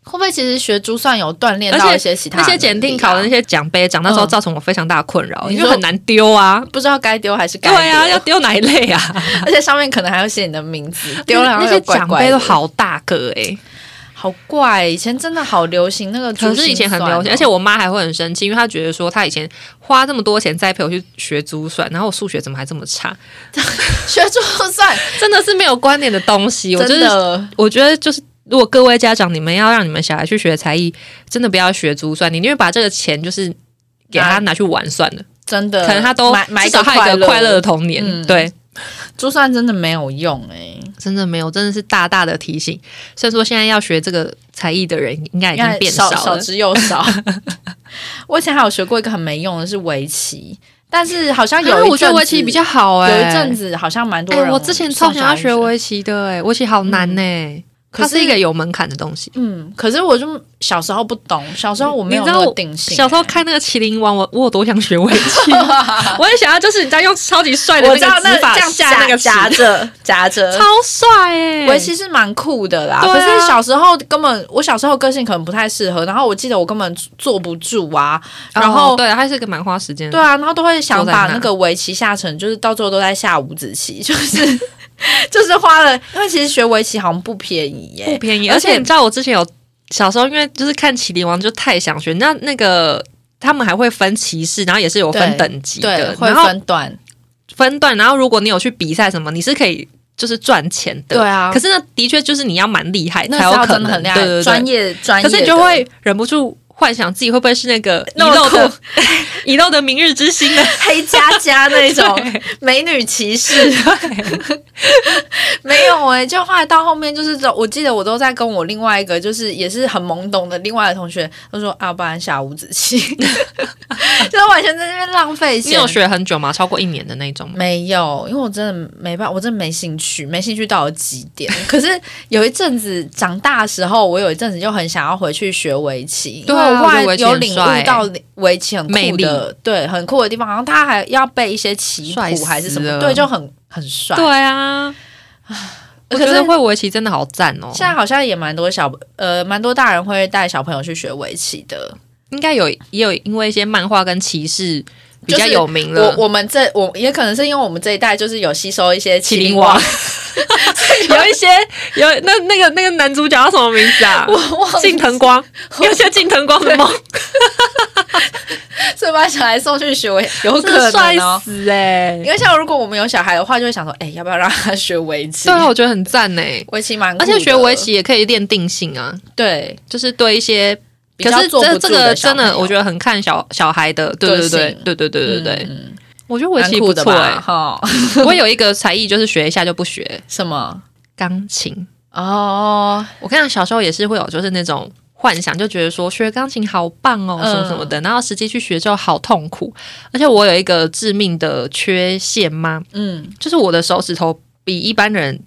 S2: 会不会其实学珠算有锻炼
S1: 而
S2: 到一
S1: 且
S2: 些其他啊
S1: 那些检定考的那
S2: 些
S1: 些奖杯奖，那时候
S2: 嗯
S1: 造成我非常大的困扰，
S2: 你
S1: 因为
S2: 说
S1: 很难丢啊。
S2: 不知道该丢还是该
S1: 对啊，
S2: 丢
S1: 要丢哪一类啊？
S2: 而且上面可能还会写你的名 字， 丢了然后
S1: 那
S2: 又
S1: 些
S2: 怪
S1: 奖
S2: 怪
S1: 杯
S2: 的
S1: 都好大个哎、
S2: 好怪，以前真的好流行那个珠
S1: 可
S2: 心算哦，
S1: 是以前很流行，而且我妈还会很生气，因为她觉得说她以前花这么多钱栽培我去学珠算，然后我数学怎么还这么差？
S2: 学珠算
S1: 真的是没 有关联的东西。我就
S2: 真
S1: 是
S2: 的
S1: 我觉得就是，如果各位家长你们要让你们小孩去学才艺，真的不要学珠算，你宁愿把这个钱就是给他
S2: 拿
S1: 拿去玩算了，
S2: 真的，
S1: 可能他都
S2: 买买
S1: 至少他有一个快乐的童年。
S2: 嗯
S1: 对，
S2: 珠算真的没有用哎，
S1: 真的没有，真的是大大的提醒。虽然说现在要学这个才艺的人应该已经变
S2: 少
S1: 了，
S2: 之又 少。我以前还有学过一个很没用的是围棋，但是好像有一阵
S1: 啊
S2: 子、
S1: 我觉得围棋比较好哎、
S2: 有一阵子好像蛮多
S1: 哎、
S2: 人、
S1: 我之前超想要学
S2: 围，
S1: 围棋的哎、围棋好难哎、
S2: 可
S1: 它是
S2: 是
S1: 一个有门槛的东西。
S2: 嗯，可是我就小时候不懂，小时候我没有
S1: 你知
S2: 那
S1: 道我
S2: 个定性、欸
S1: 小时候看那个《麒麟王》，我我有多想学围 棋，我也想要，就是你知道用超级帅
S2: 哎
S1: 的
S2: 我
S1: 那
S2: 知道
S1: 个
S2: 那
S1: 指法
S2: 这样
S1: 下
S2: 夹
S1: 那个
S2: 夹
S1: 棋
S2: 着夹着
S1: 超。帅哎、
S2: 围棋是蛮酷的啦，
S1: 对啊
S2: 可是小时候根本，我小时候个性可能不太适合，然后我记得我根本坐不住啊，
S1: 哦，
S2: 然后
S1: 对，它是一个蛮花时间的。
S2: 对啊，然后都会想
S1: 坐在
S2: 把
S1: 那
S2: 那个围棋下成，就是到最后都在下五子棋，就是 就是花了，因为其实学围棋好像不便宜
S1: 不
S2: 耶。
S1: 便宜。
S2: 而
S1: 而
S2: 且
S1: 且你知道，我之前有小时候，因为就是看《麒麟王》就太想学，那那个他们还会分骑士，然后也是有分
S2: 对
S1: 等级
S2: 对
S1: 的，，
S2: 会
S1: 然后
S2: 分段，
S1: 分段，然后如果你有去比赛什么，你是可以就是赚钱的。
S2: 对啊
S1: 可是呢，的确就是你要蛮厉害
S2: 那
S1: 才
S2: 时
S1: 有
S2: 候
S1: 可
S2: 真的
S1: 能
S2: 很厉
S1: 对对
S2: 害，
S1: 对
S2: 啊专业专业
S1: 可
S2: 的，
S1: 是你就会忍不住幻想自己会不会是那 个遗
S2: 那
S1: 漏
S2: 么酷
S1: 的 遗漏的明日之星 呢？
S2: 黑加加那种
S1: 对
S2: 美女骑士， 没有哎、就后来到后面就是走，我记得我都在跟我另外一个就是也是很懵懂的另外的同学，都说啊，不然下五子棋， 就是完全在那边浪费
S1: 你
S2: 钱
S1: 有。学很久吗？超过一年的那种吗？
S2: 没有，因为我真的没办法，我真的没兴趣，没兴趣到了极点。可是有一阵子长大的时候，我有一阵子就很想要回去学围 棋，
S1: 对啊
S2: 因为我后来
S1: 我觉得围棋
S2: 有
S1: 很
S2: 领
S1: 帅
S2: 悟到围棋很
S1: 魅
S2: 酷
S1: 力
S2: 的，对，很酷的地方。好像他还要背一些棋
S1: 帅
S2: 谱还是什
S1: 死
S2: 么，
S1: 了
S2: 对，就很很帅。
S1: 对啊，我
S2: 可
S1: 觉
S2: 是
S1: 得会围棋真的好赞哦。
S2: 现在好像也蛮多小呃，蛮多大人会带小朋友去学围棋的。
S1: 应该有也有因为一些漫画跟骑士比较
S2: 就是
S1: 有名了。
S2: 我我们这我也可能是因为我们这一代就是有吸收一些
S1: 麒
S2: 麒
S1: 麟
S2: 麟
S1: 王
S2: 王，
S1: 有一些有那那个那个男主角叫什么名字啊？
S2: 我忘
S1: 近
S2: 记，
S1: 藤 光，有一些近藤光的梦，
S2: 所以把小孩送去学围，有
S1: 真的
S2: 可能哦
S1: 帅。死哎、
S2: 因为像如果我们有小孩的话，就会想说，哎、要不要让他学围棋？
S1: 对啊，我觉得很赞哎、
S2: 围棋蛮酷
S1: 而
S2: 的，
S1: 且学围棋也可以练定性啊，
S2: 对，
S1: 就是对一些。
S2: 比
S1: 可
S2: 较
S1: 是
S2: 坐
S1: 这
S2: 不
S1: 这
S2: 住
S1: 个
S2: 的小
S1: 真
S2: 朋友
S1: 的，我觉得很看小小孩的，对对
S2: 个性
S1: 对对对对对对，
S2: 嗯
S1: 我觉得围
S2: 蛮
S1: 棋
S2: 酷
S1: 不
S2: 的
S1: 错哎、
S2: 吧？哈、
S1: 我有一个才艺就是学一下就不学
S2: 什么？
S1: 钢琴，
S2: 哦，
S1: 我看小时候也是会有，就是那种幻想，就觉得说学钢琴好棒哦，
S2: 嗯
S1: 什么什么的。然后实际去学之后好痛苦，而且我有一个致命的缺陷吗？
S2: 嗯，
S1: 就是我的手指头比一般人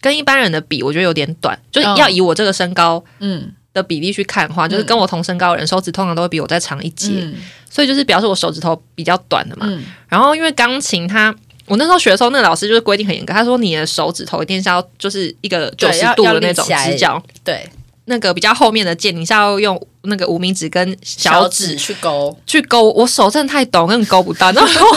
S1: 跟一般人的比，我觉得有点短，就是要以我这个身高。
S2: 嗯，
S1: 的比例去看的话，就是跟我同身高的人手指通常都会比我再长一截，
S2: 嗯，
S1: 所以就是表示我手指头比较短的嘛。
S2: 嗯，
S1: 然后因为钢琴它，我那时候学的时候，那个老师就是规定很严格，他说你的手指头一定是要就是一个九
S2: 对
S1: 十
S2: 要
S1: 度
S2: 要
S1: 的
S2: 立
S1: 那种
S2: 起来
S1: 直角，
S2: 对，
S1: 那个比较后面的键，你是要用那个无名指跟小指
S2: 去勾，
S1: 去勾。我手真的太抖，根本勾不到。然后我我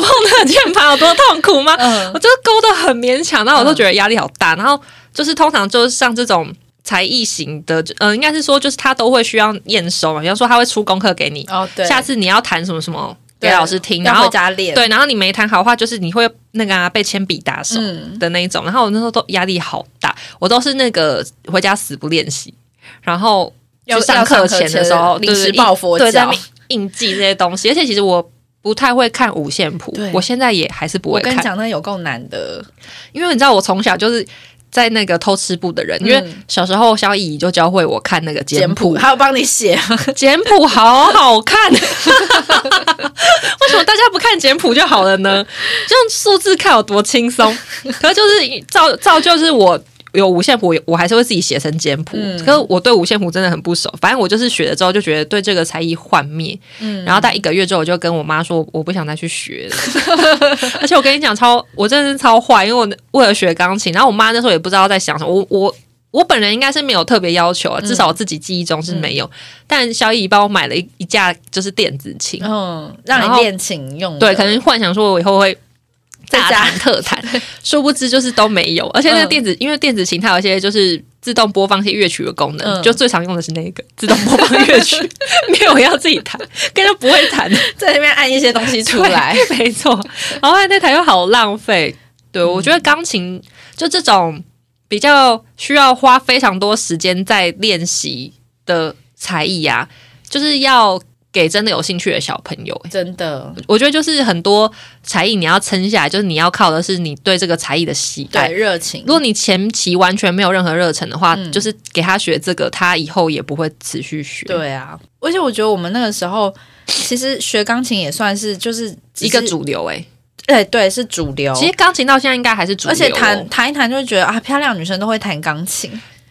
S1: 碰那个键盘有多痛苦吗？
S2: 嗯
S1: 我就是勾的很勉强，然后我都觉得压力好大。然后就是通常就是像这种。才艺型的，嗯、呃，应该是说，就是他都会需要验收嘛。比方说，他会出功课给你，
S2: 哦，对，
S1: 下次你要弹什么什么给
S2: 对
S1: 老师听，然
S2: 要
S1: 后
S2: 回家练，，
S1: 对，然后你没弹好的话，就是你会那个、啊、被铅笔打手。
S2: 嗯，
S1: 的那一种，然后我那时候都压力好大，我都是那个回家死不练习，然后
S2: 要
S1: 去上
S2: 要
S1: 课
S2: 课
S1: 前的时候
S2: 临
S1: 对
S2: 时
S1: 对
S2: 抱佛
S1: 对在那
S2: 脚
S1: 边。硬记这些东西，而且其实我不太会看五线谱
S2: 对，
S1: 我现在也还是不
S2: 我
S1: 会
S2: 跟你
S1: 看，
S2: 讲，那有够难的，
S1: 因为你知道我从小就是在那个偷吃布的人，因为
S2: 嗯
S1: 小时候萧姨就教会我看那个简谱，
S2: 还有帮你写，
S1: 简谱好好看，为什么大家不看简谱就好了 呢？就用数字看有多轻松，可是就是造造就是我。有五线谱，我还是会自己写成简谱。
S2: 嗯
S1: 可是我对五线谱真的很不熟，反正我就是学了之后就觉得对这个才艺幻灭。
S2: 嗯，
S1: 然后大概一个月之后，我就跟我妈说，我不想再去学了。 而且我跟你讲，超我真的是超坏，因为我为了学钢琴，然后我妈那时候也不知道在想什么。我我我本人应该是没有特别要求啊，至少我自己记忆中是没有。
S2: 嗯
S1: 但小姨帮我买了一一架就是电子琴，
S2: 嗯，
S1: 然
S2: 让你
S1: 后
S2: 练琴用的，
S1: 对，可能幻想说我以后会。
S2: 在
S1: 大
S2: 家
S1: 弹特弹， 殊不知就是都没有。而且那个
S2: 嗯
S1: 电子，因为电子琴它有一些就是自动播放一些乐曲的功能，
S2: 嗯
S1: 就最常用的是那个自动播放乐曲， 没有要自己弹，根本就不会弹。
S2: 在那边按一些东西出来，
S1: 对，没错。然后那台又好浪费。对，我觉得钢琴就这种比较需要花非常多时间在练习的才艺啊，就是要给真的有兴趣的小朋友、欸
S2: 真的，
S1: 我觉得就是很多才艺你要撑下来，就是你要靠的是你对这个才艺的喜爱
S2: 对，。热情
S1: 如。果你前期完全没有任何热忱的话，就是给他学这个，他以后也不会持续学。，
S2: 对啊，而且我觉得我们那个时候，其实学钢琴也算是就是只
S1: 一个
S2: 是，
S1: 主流哎、欸
S2: 对对，是主流。
S1: 其实钢琴到现在应该还是主流、哦，
S2: 而且弹弹一弹就会觉得啊，漂亮女生都会弹钢琴。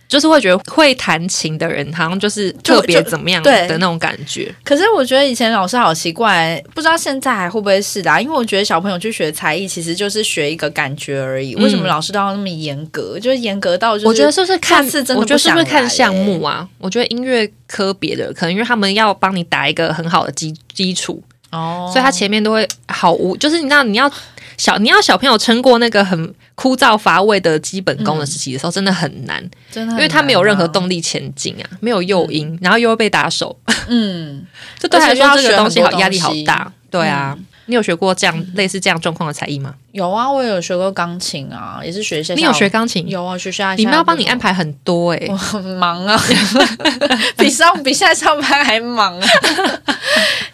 S1: 就是会觉得会弹琴的人好像就是
S2: 就
S1: 特别怎么样
S2: 就对
S1: 的那种感觉。
S2: 可是我觉得以前老师好奇怪，不知道现在还会不会是的、啊，因为我觉得小朋友去学才艺其实就是学一个感觉而已。为什么
S1: 嗯
S2: 老师都要那么严格？就是严格到就是
S1: 我觉得是不是看
S2: 下次真的不
S1: 我觉得是不是
S2: 想来
S1: 看项目啊？我觉得音乐科别的，可能因为他们要帮你打一个很好的基基础，
S2: 哦，
S1: 所以他前面都会好无，就是你知道你要小你要小朋友撑过那个很枯燥乏味的基本
S2: 嗯
S1: 功的时期的时候，真的很难，
S2: 真的、
S1: 因为他没有
S2: 哦
S1: 任何，动力前进啊，没有诱因，然后又会被打手，
S2: 嗯，
S1: 就对他来
S2: 而且又要
S1: 说这
S2: 学
S1: 个
S2: 很
S1: 东西好
S2: 多
S1: 压力
S2: 东
S1: 好
S2: 西嗯
S1: 大。对啊，你有学过这样类似这样状况的才艺吗？
S2: 有啊，我有学过钢琴啊，也是学一些。
S1: 你有学？钢琴？
S2: 有啊，学下。
S1: 你妈帮你安。排很多哎、
S2: 我很忙啊， 比上比现在上班还 忙啊，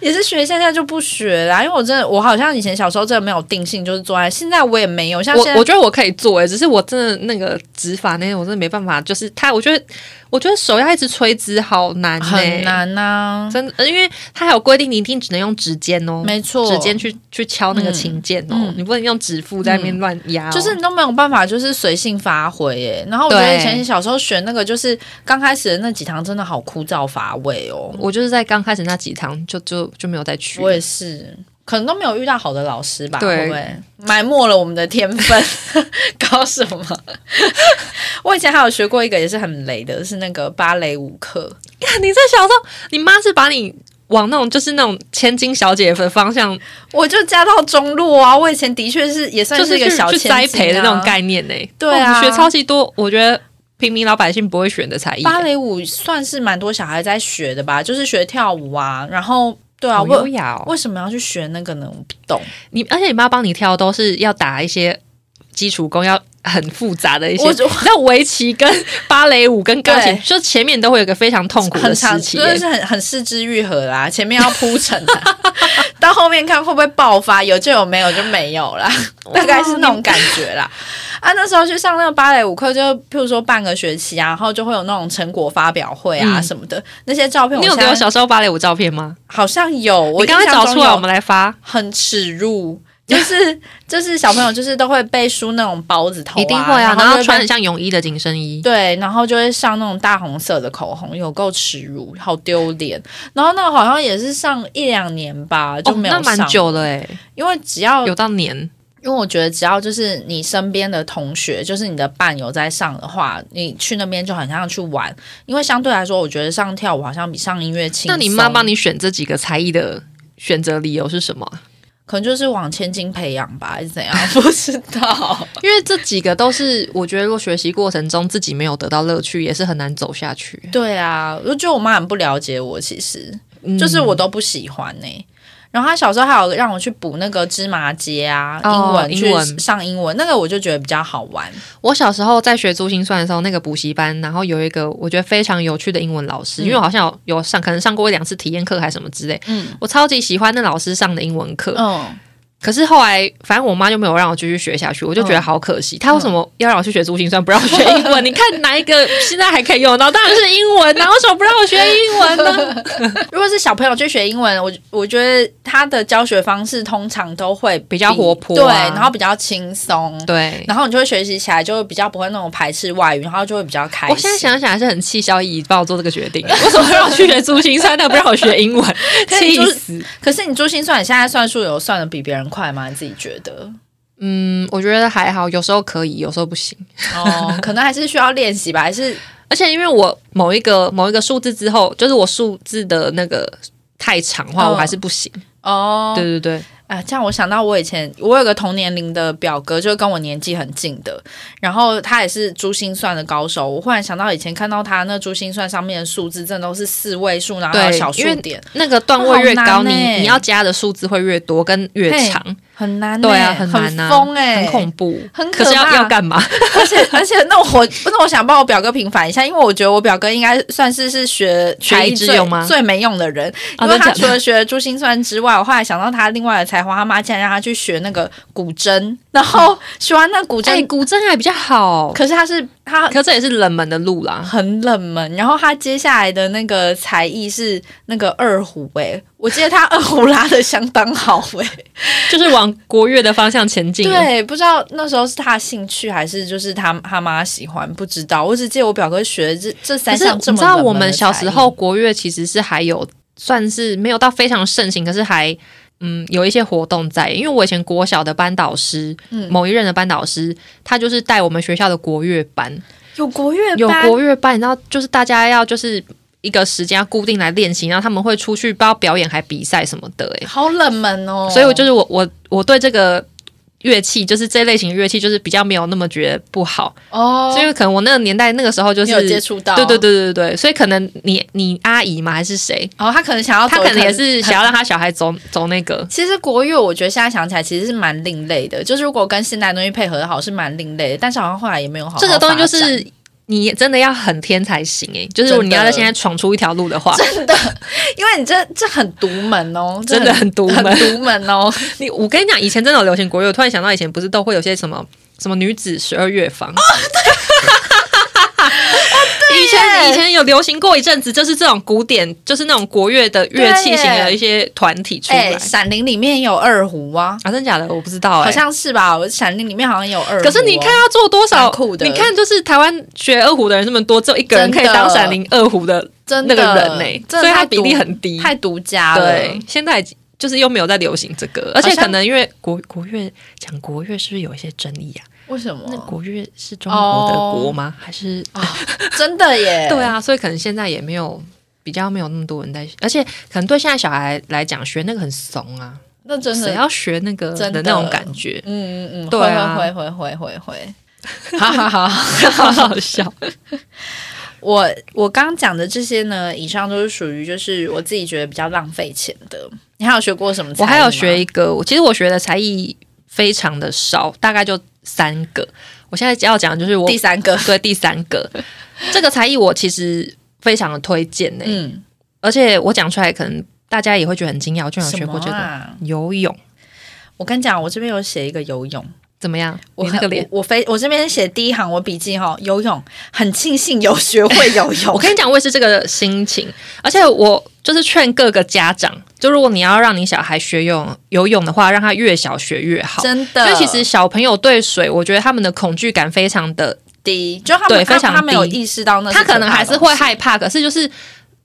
S2: 也是学现在就不学啦，因为我真的我好像以前小时候真的没有定性，就是做爱，现在我也没有，像现在
S1: 我我觉得我可以做哎、只是我真的那个指法那些我真的没办法，就是他，我觉得我觉得手要一直垂直好难、啊欸，
S2: 很，难呐、
S1: 真的，因为他还有规定你一定只能用指尖哦，
S2: 没错，
S1: 指尖去去敲那个琴键哦，
S2: 嗯
S1: 你不能用指腹在那边乱压哦、
S2: 就是你都没有办法，就是随性发挥耶。然后我觉得
S1: 对
S2: 以前小时候学那个，就是刚开始的那几堂真的好枯燥乏味哦。
S1: 我就是在刚开始那几堂就就就没有再去，
S2: 我也是，可能都没有遇到好的老师吧，
S1: 对
S2: 会不会埋没了我们的天分？ 搞什么？ 我以前还有学过一个也是很雷的，是那个芭蕾舞课。
S1: 看 你这小时候，你妈是把你往那种就是那种千金小姐的方向，
S2: 我就加到中路啊！我以前的确是也算
S1: 就是
S2: 一个
S1: 去
S2: 小
S1: 去
S2: 千金啊
S1: 栽培的那种概念呢、
S2: 对啊
S1: 哇我们学超级多，我觉得平民老百姓不会选的才艺、
S2: 芭蕾舞算是蛮多小孩在学的吧，就是学跳舞啊，然后对啊，
S1: 好优
S2: 我
S1: 雅哦！
S2: 为什么要去学那个呢？我不懂。
S1: 你而且你妈帮你跳都是要打一些基础功，要很复杂的一些
S2: 我就，
S1: 那围棋跟芭蕾舞跟钢琴
S2: 对，
S1: 就前面都会有一个非常痛苦
S2: 很
S1: 的
S2: 长，
S1: 时期
S2: 就
S1: 耶、
S2: 是很很四肢愈合啦，前面要铺陈啦， 到后面看会不会爆发，有就有，没有就没有啦，大概是那种感觉啦。啊，那时候去上那个芭蕾舞课，就譬如说半个学期啊，然后就会有那种成果发表会啊
S1: 嗯
S2: 什么的，那些照片
S1: 你有
S2: 我
S1: 给
S2: 现
S1: 我
S2: 在
S1: 小时候芭蕾舞照片吗？
S2: 好像有，我
S1: 你刚
S2: 印
S1: 才
S2: 象
S1: 找
S2: 中
S1: 出来，
S2: 有
S1: 我们来发。
S2: 很耻辱。就是就是小朋友就是都会被梳那种包子头、啊，
S1: 一定会啊，然
S2: 然
S1: 后
S2: 就
S1: 穿
S2: 被
S1: 很像泳衣的紧身衣，
S2: 对，然后就会上那种大红色的口红，有够耻辱，好丢脸。然后那个好像也是上一两年吧，就没
S1: 哦、
S2: 有上，
S1: 那蛮久了哎，
S2: 因为只要
S1: 有到年，
S2: 因为我觉得只要就是你身边的同学，就是你的伴有在上的话，你去那边就很像去玩，因为相对来说，我觉得上跳舞好像比上音乐轻松。
S1: 那你妈帮你选这几个才艺的选择理由是什么？啊
S2: 可能就是往千金培养吧，还是怎样？ 不知道。
S1: 因为这几个都是我觉得，如果学习过程中自己没有得到乐趣，也是很难走下去。
S2: 对啊，我觉得我妈很不了解我，其实。
S1: 嗯
S2: 就是我都不喜欢呢、然后他小时候还有让我去补那个芝麻街啊，英
S1: 哦
S2: 文
S1: 英文
S2: 去上英文，那个我就觉得比较好玩。
S1: 我小时候在学珠心算的时候，那个补习班，然后有一个我觉得非常有趣的英文老师，
S2: 嗯
S1: 因为我好像有有上，可能上过一两次体验课还是什么之类。
S2: 嗯
S1: 我超级喜欢那老师上的英文课，
S2: 嗯，
S1: 可是后来，反正我妈就没有让我继续学下去，我就觉
S2: 嗯
S1: 得好可惜。她为什么要让我去学珠心算，不让我学英 文？你看哪一个现在还可以用得到？当然是英文啊！为什么不让我学英文 呢？
S2: 如果是小朋友去学英文，我我觉得他的教学方式通常都会
S1: 比较活泼
S2: 对，
S1: 啊
S2: 然后比较轻松，
S1: 对，
S2: 然后你就会学习起来就会比较不会那种排斥外语，然后就会比较开心。
S1: 我现在想想还是很气消怡帮我做这个决 定。为什么让我去学珠心算，但不让我学英文？
S2: 可以
S1: 气
S2: 就是
S1: 死！
S2: 可是你珠心算，你现在算数有算的比别人快吗？你自己觉得？
S1: 嗯，我觉得还好，有时候可以，有时候不行。
S2: 哦，可能还是需要练习吧，还是
S1: 而且因为我某一个某一个数字之后，就是我数字的那个太长的话，
S2: 嗯
S1: 我还是不行。
S2: 哦，
S1: 对对对，
S2: 啊，这样我想到我以前我有个同年龄的表哥，就是跟我年纪很近的，然后他也是珠心算的高手。我忽然想到以前看到他那珠心算上面的数字，真的都是四位数，然后还有
S1: 对
S2: 小数
S1: 因为
S2: 点，
S1: 那个段位越
S2: 好
S1: 高，
S2: 难
S1: 你
S2: 欸
S1: 你要加的数字会越多跟越长。
S2: 很难、欸，
S1: 对啊，
S2: 很
S1: 难啊，
S2: 疯哎、
S1: 很恐怖，
S2: 很可
S1: 可是要
S2: 怕
S1: 要干嘛？
S2: 而且而且，那我那我想帮我表哥平反一下，因为我觉得我表哥应该算是是学
S1: 学
S2: 才艺
S1: 以致
S2: 最
S1: 用吗
S2: 最没用的人，
S1: 啊
S2: 因为
S1: 真的
S2: 他
S1: 假
S2: 除
S1: 的
S2: 了学珠心算之外，我后来想到他另外的才华，他妈竟然让他去学那个古筝，然后学完那古筝。
S1: 哦哎，古筝还比较好，
S2: 可是他是他
S1: 可这也是冷门的路啦。
S2: 很冷门。然后他接下来的那个才艺是那个二胡、欸，我记得他二胡拉的相当好、欸，
S1: 就是往国乐的方向前进了。
S2: 对，不知道那时候是他的兴趣还是就是他他妈喜欢，不知道。我只记得我表哥学这这
S1: 可
S2: 三
S1: 是
S2: 项
S1: 你
S2: 这
S1: 知
S2: 么
S1: 道
S2: 冷
S1: 我
S2: 门的
S1: 们小
S2: 才
S1: 时
S2: 艺
S1: 候国乐其实是还有算是没有到非常盛行，可是还。嗯，有一些活动在，因为我以前国小的班导师，
S2: 嗯
S1: 某一任的班导师，他就是带我们学校的国乐班，
S2: 有国乐
S1: 有
S2: 班
S1: 国乐班，你知道，就是大家要就是一个时间要固定来练习，然后他们会出去不知道表演还比赛什么的、欸，
S2: 好冷门哦，
S1: 所以我就是我我我对这个。乐器，就是这类型乐器，就是比较没有那么觉得不好。
S2: 哦
S1: 所以可能我那个年代那个时候就
S2: 你有
S1: 是
S2: 接触到，
S1: 对对。对对对，所以可能你你阿姨嘛还是谁，
S2: 哦，他可能想要走
S1: 她
S2: 一个
S1: 可
S2: 很，
S1: 能也是想要让她小孩走走那个。
S2: 其实国乐，我觉得现在想起来其实是蛮另类的，就是如果跟现代东西配合的好，是蛮另类的。但是好像后来也没有好好
S1: 这个东西就
S2: 发展
S1: 是你真的要很天才行诶、就是如果
S2: 真
S1: 你
S2: 的
S1: 要在现在闯出一条路的话，
S2: 因为你这这很独门 哦，这
S1: 真的很独门
S2: 很独门哦。
S1: 你我跟你讲，以前真的有流行国乐，我突然想到以前不是都会有些什么什么女子十二乐
S2: 哦
S1: 坊。以
S2: 哦
S1: 前以前有流行过一阵子，就是这种古典，就是那种国乐的乐器型的一些团体出来、
S2: 哎，《闪灵》里面有二胡啊，
S1: 啊，真假的我不知道哎、
S2: 好像是吧？我《闪灵》里面好像有二胡哦。
S1: 可是你看他做多少
S2: 蛮酷的
S1: 你看就是台湾学二胡的人这么多，只有一个人可以
S2: 真的
S1: 当闪灵二胡的
S2: 真
S1: 那
S2: 的
S1: 个人呢、欸
S2: 真
S1: 所
S2: 的
S1: 以他
S2: 太
S1: 比例
S2: 独
S1: 很低。
S2: 太独家了。
S1: 对，啊现在已经就是又没有在流行这个，而且可能因为国国乐讲国乐是不是有一些争议啊？
S2: 为什
S1: 那
S2: 么？
S1: 国乐是中国的国吗？
S2: 哦
S1: 还是啊
S2: 真的耶？
S1: 对，啊？所以可能现在也没有比较没有那么多人在，而且可能对现在小孩来讲，学那个很怂啊，
S2: 那真的
S1: 谁要学那个
S2: 真的，
S1: 的那种感觉
S2: 嗯嗯嗯，
S1: 对啊
S2: 会会会会会会，好好好，
S1: 好好笑。
S2: 我我刚讲的这些呢，以上都是属于就是我自己觉得比较浪费钱的。你还有学过什么才艺
S1: 我
S2: 吗？
S1: 还有学一个，我其实我学的才艺非常的少，大概就三个。我现在要讲的就是我
S2: 第三个，
S1: 对第三个这个才艺，我其实非常的推荐呢、
S2: 嗯，
S1: 而且我讲出来可能大家也会觉得很惊讶，我居然有
S2: 什
S1: 学
S2: 么
S1: 过这个、
S2: 啊？
S1: 游泳，
S2: 我跟你讲，我这边有写一个游泳，
S1: 怎么样？
S2: 我
S1: 你那个脸。
S2: 我我非我这边写第一行，我笔记哈、游泳，很庆幸有学会游
S1: 我
S2: 泳。
S1: 跟你讲，我也是这个心情，而且我就是劝各个家长，就如果你要让你小孩学游泳游泳的话，让他越小学越好。
S2: 真
S1: 因
S2: 的，
S1: 为其实小朋友对水，我觉得他们的恐惧感非常的
S2: 低，就他们
S1: 对非常
S2: 他没有
S1: 低
S2: 意识到那，
S1: 他可能还是会。害怕，可是就是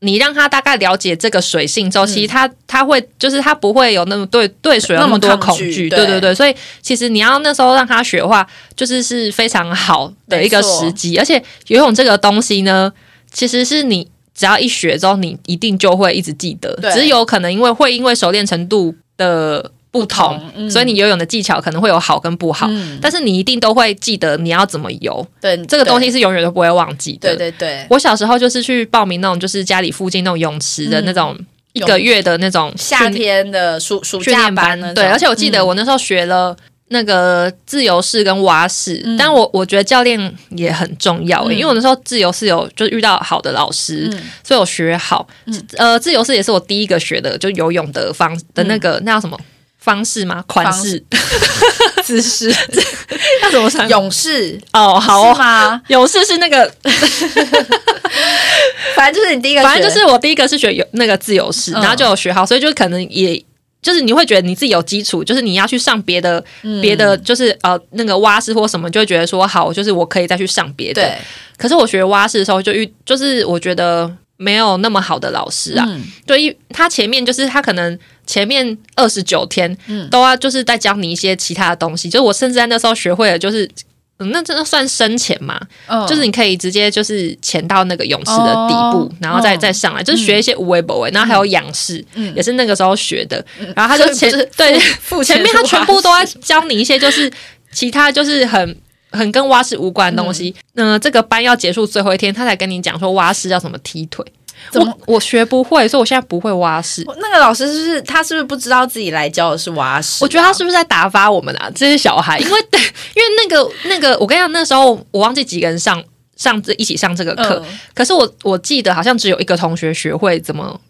S1: 你让他大概了解这个水性之后，其实他他会就是他不会有那么对对水有
S2: 嗯
S1: 那
S2: 那么
S1: 么多
S2: 抗
S1: 恐
S2: 拒
S1: 惧，
S2: 对
S1: 对对对，所以其实你要那时候让他学的话，就是是非常好的一个
S2: 没错
S1: 时机，而且游泳这个东西呢，其实是你。只要一学之后，你一定就会一直记得
S2: 对。
S1: 只是有可能因为会因为熟练程度的不同，
S2: 嗯
S1: 所以你游泳的技巧可能会有好跟不好，
S2: 嗯
S1: 但是你一定都会记得你要怎么游。
S2: 对
S1: 这个东西，是永远都不会忘记的。
S2: 对对对对，
S1: 我小时候就是去报名那种，就是家里附近那种泳池的那种一个月的那种
S2: 嗯夏
S1: 训练
S2: 天的暑暑
S1: 训
S2: 假
S1: 练
S2: 班嗯呢，
S1: 对，而且我记得我那时候学了。那个自由式跟蛙式，但我我觉得教练也很重要、欸
S2: 嗯
S1: 因为我那时候自由式有就遇到好的老师，
S2: 嗯
S1: 所以我学好。呃，自由式也是我第一个学的，就游泳的方的那个、那叫什么方式吗？款
S2: 嗯方
S1: 式 姿势 要怎么想？
S2: 勇士
S1: 哦，好
S2: 是
S1: 哦，
S2: 吗？
S1: 泳式是那个
S2: 反正就是你第一个 学，
S1: 反正就是我第一个是学游那个自由式，
S2: 嗯
S1: 然后就有学好，所以就可能也。就是你会觉得你自己有基础，就是你要去上别的、
S2: 嗯
S1: 别的，就是呃那个蛙式或什么，就会觉得说好，就是我可以再去上别的。
S2: 对
S1: 可是我学蛙式的时候，就遇就是我觉得没有那么好的老师啊，
S2: 嗯
S1: 就一他前面就是他可能前面二十九天
S2: 嗯
S1: 都要就是在教你一些其他的东西，就是我甚至在那时候学会了，就是、嗯、那真的算深潜嘛，
S2: 嗯
S1: 就是你可以直接就是潜到那个泳池的底部，
S2: 哦
S1: 然后再、
S2: 嗯
S1: 再上来，就是学一些无为博为，然后还有仰视，
S2: 嗯
S1: 也是那个时候学的。然后他就前
S2: 所以不
S1: 对
S2: 付
S1: 前面他全部都在
S2: 在
S1: 教你一些就是其他就是很。很跟蛙式无关的东西，嗯、这个班要结束最后一天，他才跟你讲说蛙式要怎么踢腿。
S2: 怎么
S1: 我我学不会，所以我现在不会蛙式。
S2: 那个老师是不是他是不是不知道自己来教的是蛙式？
S1: 我觉得他是不是在打发我们啊？这些小孩，因为 因为那个那个，我跟你讲，那时候我忘记几个人上上这一起上这个课，
S2: 嗯
S1: 可是我我记得好像只有一个同学学会怎么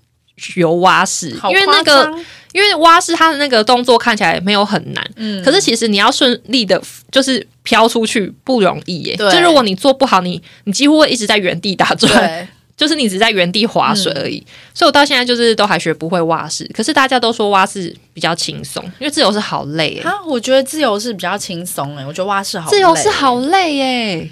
S1: 游蛙式，
S2: 好
S1: 因为那
S2: 夸
S1: 个
S2: 张
S1: 因为蛙式它的那个动作看起来没有很难，
S2: 嗯
S1: 可是其实你要顺利的，就是飘出去不容易耶。
S2: 对
S1: 就如果你做不好，你你几乎会一直在原地打转，
S2: 对 嗯
S1: 就是你只在原地划水而已。所以我到现在就是都还学不会蛙式，可是大家都说蛙式比较轻松，因为自由式好累耶。
S2: 啊，我觉得自由式比较轻松哎，我觉得蛙式好累，
S1: 自由式好累耶，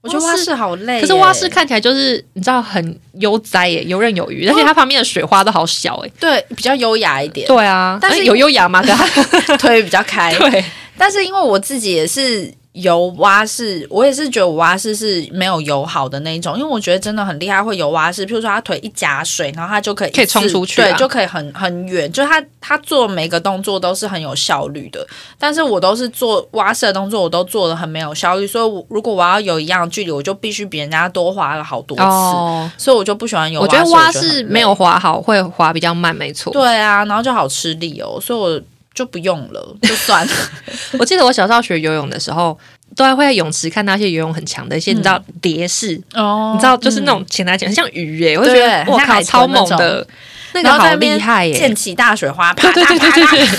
S2: 我觉得蛙式好累耶，
S1: 可是蛙式看起来就是你知道很悠哉耶，游刃有余，
S2: 啊
S1: 而且它旁边的水花都好小哎。
S2: 对比较优雅一点，
S1: 对啊，
S2: 但
S1: 但是
S2: 是
S1: 有优雅吗？可它
S2: 腿比较开
S1: 对，
S2: 但是因为我自己也是油蛙式，我也是觉得我蛙式是没有油好的那一种，因为我觉得真的很厉害，会油蛙式，譬如说他腿一夹水，然后他就可以一次
S1: 可以冲出去啊
S2: 对，就可以很很远，就是他他做每个动作都是很有效率的。但是我都是做蛙式的动作，我都做的很没有效率，所以我如果我要有一样的距离，我就必须比人家多滑了好多次，
S1: 哦，
S2: 所以我就不喜欢游
S1: 我
S2: 蛙式。
S1: 觉得蛙
S2: 蛙
S1: 式没有滑好，会滑比较慢，没错。
S2: 对啊，然后就好吃力哦，所以我就不用了，就算了。
S1: 我记得我小时候学游泳的时候，都还会在泳池看到一些游泳很强的一些，你知道蝶式，
S2: 哦
S1: 你知道就是那种潜来潜去，像鱼耶，我就觉
S2: 对
S1: 得
S2: 很
S1: 我
S2: 像
S1: 靠
S2: 海豚
S1: 超猛
S2: 那种
S1: 的，那个
S2: 然后在
S1: 好
S2: 那边
S1: 厉害耶
S2: 溅！起大水花，啪
S1: 对对
S2: 啪
S1: 对
S2: 啪
S1: 对
S2: 啪
S1: 对。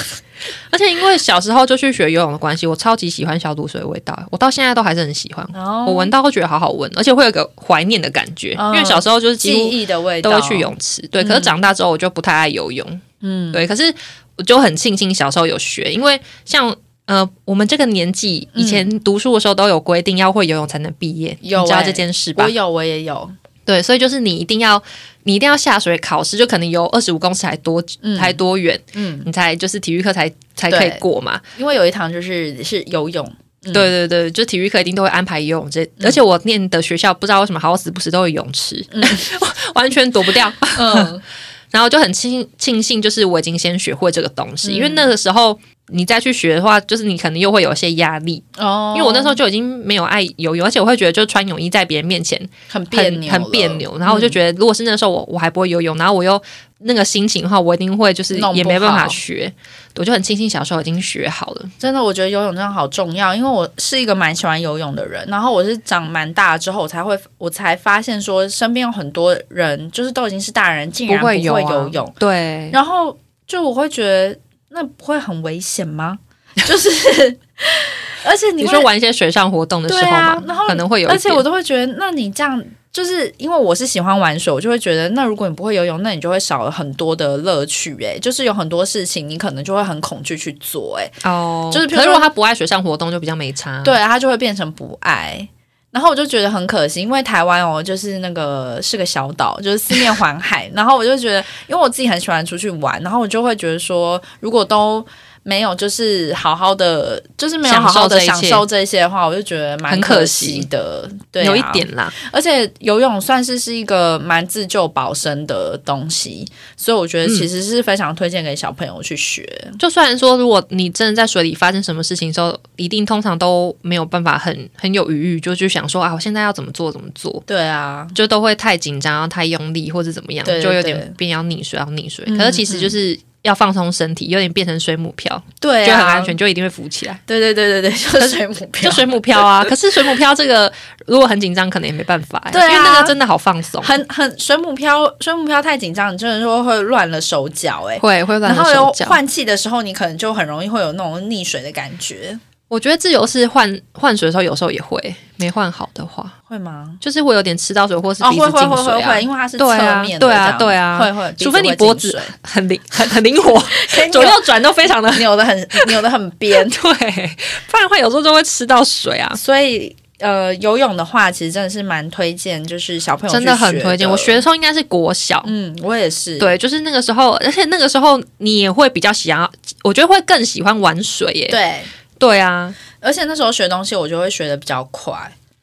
S1: 而且因为小时候就去学游泳的关系，我超级喜欢消毒水的味道，我到现在都还是很喜欢。
S2: 哦
S1: 我闻到会觉得好好闻，而且会有个怀念的感觉，
S2: 嗯
S1: 因为小时候就是
S2: 记
S1: 几乎
S2: 忆的味道，嗯
S1: 都会去。泳池，对。可是长大之后我就不太爱游泳，嗯，对。可是我就很庆幸小时候有学，因为像呃我们这个年纪，以前读书的时候都有规定要会游泳才能毕业，
S2: 有
S1: 你知道
S2: 欸
S1: 这件事吧
S2: 我？有，我也有，
S1: 对，所以就是你一定要你一定要下水考试，就可能游二十五公尺还多、
S2: 嗯
S1: 还多远，
S2: 嗯，
S1: 你才就是体育课才才可以
S2: 对
S1: 过嘛。
S2: 因为有一堂就是是游泳，嗯
S1: 对对对，就体育课一定都会安排游泳这，而且我念的学校不知道为什么好死不死都有泳池， 完全躲不掉。
S2: 嗯，
S1: 然后就很庆庆幸，就是我已经先学会这个东
S2: 嗯
S1: 西，因为那个时候你再去学的话，就是你可能又会有一些压力，
S2: 哦
S1: 因为我那时候就已经没有爱游泳，而且我会觉得就穿泳衣在别人面前
S2: 很别
S1: 很
S2: 扭，
S1: 很别，扭，然后我就觉得如果是那时候我我还不会游泳，然后我又那个心情的话，我一定会就是
S2: 弄不
S1: 也没办法
S2: 好
S1: 学，我就很庆幸小时候已经学好了，
S2: 真的，我觉得游泳真的好重要，因为我是一个蛮喜欢游泳的人，然后我是长蛮大之后，我才会，我才发现说身边有很多人就是都已经是大人，竟然不会
S1: 游啊
S2: 游泳，，
S1: 对，
S2: 然后就我会觉得那不会很危险吗？ 就是，而且
S1: 你
S2: 你会
S1: 说玩一些水上活动的时候
S2: 对啊
S1: 嘛，
S2: 然后
S1: 可能会有一
S2: 而且我
S1: 点
S2: 都会觉得，那你这样就是因为我是喜欢玩水，我就会觉得，那如果你不会游泳，那你就会少了很多的乐趣、欸。就是有很多事情你可能就会很恐惧去做、欸，
S1: 哦，
S2: 就是比
S1: 可
S2: 如
S1: 是如
S2: 说
S1: 果他不爱水上活动，就比较没差，
S2: 对，它就会变成不爱。然后我就觉得很可惜，因为台湾哦，就是那个是个小岛，就是四面环海。然后我就觉得，因为我自己很喜欢出去玩，然后我就会觉得说，如果都没有就是好好的，就是没有好好的
S1: 享受这一
S2: 享
S1: 切
S2: 受这些的话，我就觉得蛮
S1: 很可
S2: 惜
S1: 惜
S2: 的。对、啊
S1: 有一点啦，
S2: 而且游泳算是是一个蛮自救保身的东西，所以我觉得其实是非常推荐给小朋友去学。
S1: 就虽然说，如果你真的在水里发生什么事情的时候，一定通常都没有办法很很有余裕，就去想说啊，我现在要怎么做怎么做，
S2: 对啊，
S1: 就都会太紧张，然后太用力或者怎么样，
S2: 对对
S1: 就有
S2: 对
S1: 点变要溺水，要溺水。
S2: 嗯
S1: 可是其实就是要放松身体，有点变成水母漂，
S2: 对啊，
S1: 就很安全，。就一定会浮起 来，
S2: 对对对对对，就是水母漂，
S1: 就水母漂 啊。可是水母漂这个如果很紧张，可能也没办法、欸，
S2: 对啊
S1: 因为那个真的好放松，
S2: 很很水母漂，水母漂太紧张，你真的说会乱了手脚哎、
S1: 会会乱
S2: 然
S1: 了
S2: 后
S1: 手
S2: 有
S1: 脚。
S2: 换气的时候，你可能就很容易会有那种溺水的感觉，
S1: 我觉得自由式换换水的时候，有时候也会没换好的话，
S2: 会吗？
S1: 就是会有点吃到水或是
S2: 哦，
S1: 鼻
S2: 会
S1: 子进水
S2: 会
S1: 啊。
S2: 会会会，因为它是侧
S1: 对啊
S2: 面的
S1: 对啊
S2: 这样
S1: 对啊
S2: 会会，
S1: 除非
S2: 鼻
S1: 你
S2: 会
S1: 脖子
S2: 进水
S1: 很灵 很很灵 活， 左右转都非常的
S2: 扭的很扭的很边，
S1: 对，不然的话有时候就会吃到水啊。
S2: 所以呃，游泳的话，其实真的是蛮推荐，就是小朋友
S1: 真
S2: 去
S1: 的很
S2: 学
S1: 推荐，我学的，时候应该是国小，
S2: 嗯，我也是，，
S1: 对，就是那个时候，而且那个时候你也会比较想要，我觉得会更喜欢玩水耶。
S2: 对，
S1: 对啊，
S2: 而且那时候学东西，我就会学的比较快，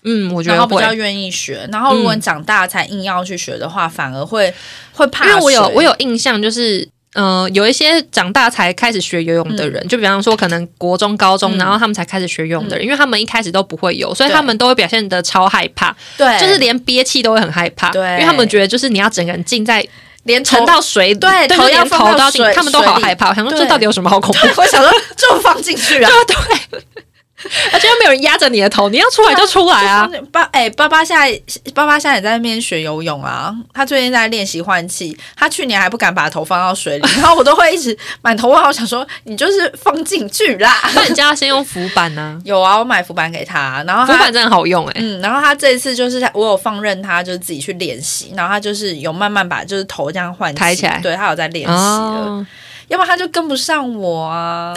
S1: 嗯，我觉
S2: 然
S1: 得
S2: 后比较
S1: 会，
S2: 愿意学，然后如果
S1: 嗯
S2: 你长大才硬要去学的话，反而会会怕
S1: 因
S2: 水，
S1: 为我有我有印象就是。嗯、有一些长大才开始学游泳的人，就比方说可能国中、高中，
S2: 嗯
S1: 然后他们才开始学游泳的人，因为他们一开始都不会游，所以
S2: 对
S1: 他们都会表现得超害怕。
S2: 对，
S1: 就是连憋气都会很害怕，
S2: 对
S1: 因为他们觉得就是你要整个人浸在
S2: 连
S1: 沉到水里，
S2: 对
S1: 就
S2: 头
S1: 是
S2: 要
S1: 连
S2: 放
S1: 头
S2: 到
S1: 都要进
S2: 水，
S1: 他们都好
S2: 水里
S1: 害怕。我想说
S2: 对
S1: 这到底有什么好恐怖？
S2: 我想 说就放进去啊。
S1: 对对，而且又没有人压着你的头，你要出来就出来啊！
S2: 爸，哎、爸爸现在爸爸现在也在那边学游泳啊，他最近在练习换气。他去年还不敢把头放到水里，然后我都会一 直满头问号，想说你就是放进去啦。
S1: 那你就要先用浮板啊，
S2: 有啊，我买浮板给他，然后
S1: 浮
S2: 他
S1: 板真的好用哎、
S2: 嗯，然后他这一次就是我有放任他，就是自己去练习，然后他就是有慢慢把就是头这样换
S1: 抬起来
S2: 对他有在练习了，
S1: 哦，
S2: 要不然他就跟不上 我啊。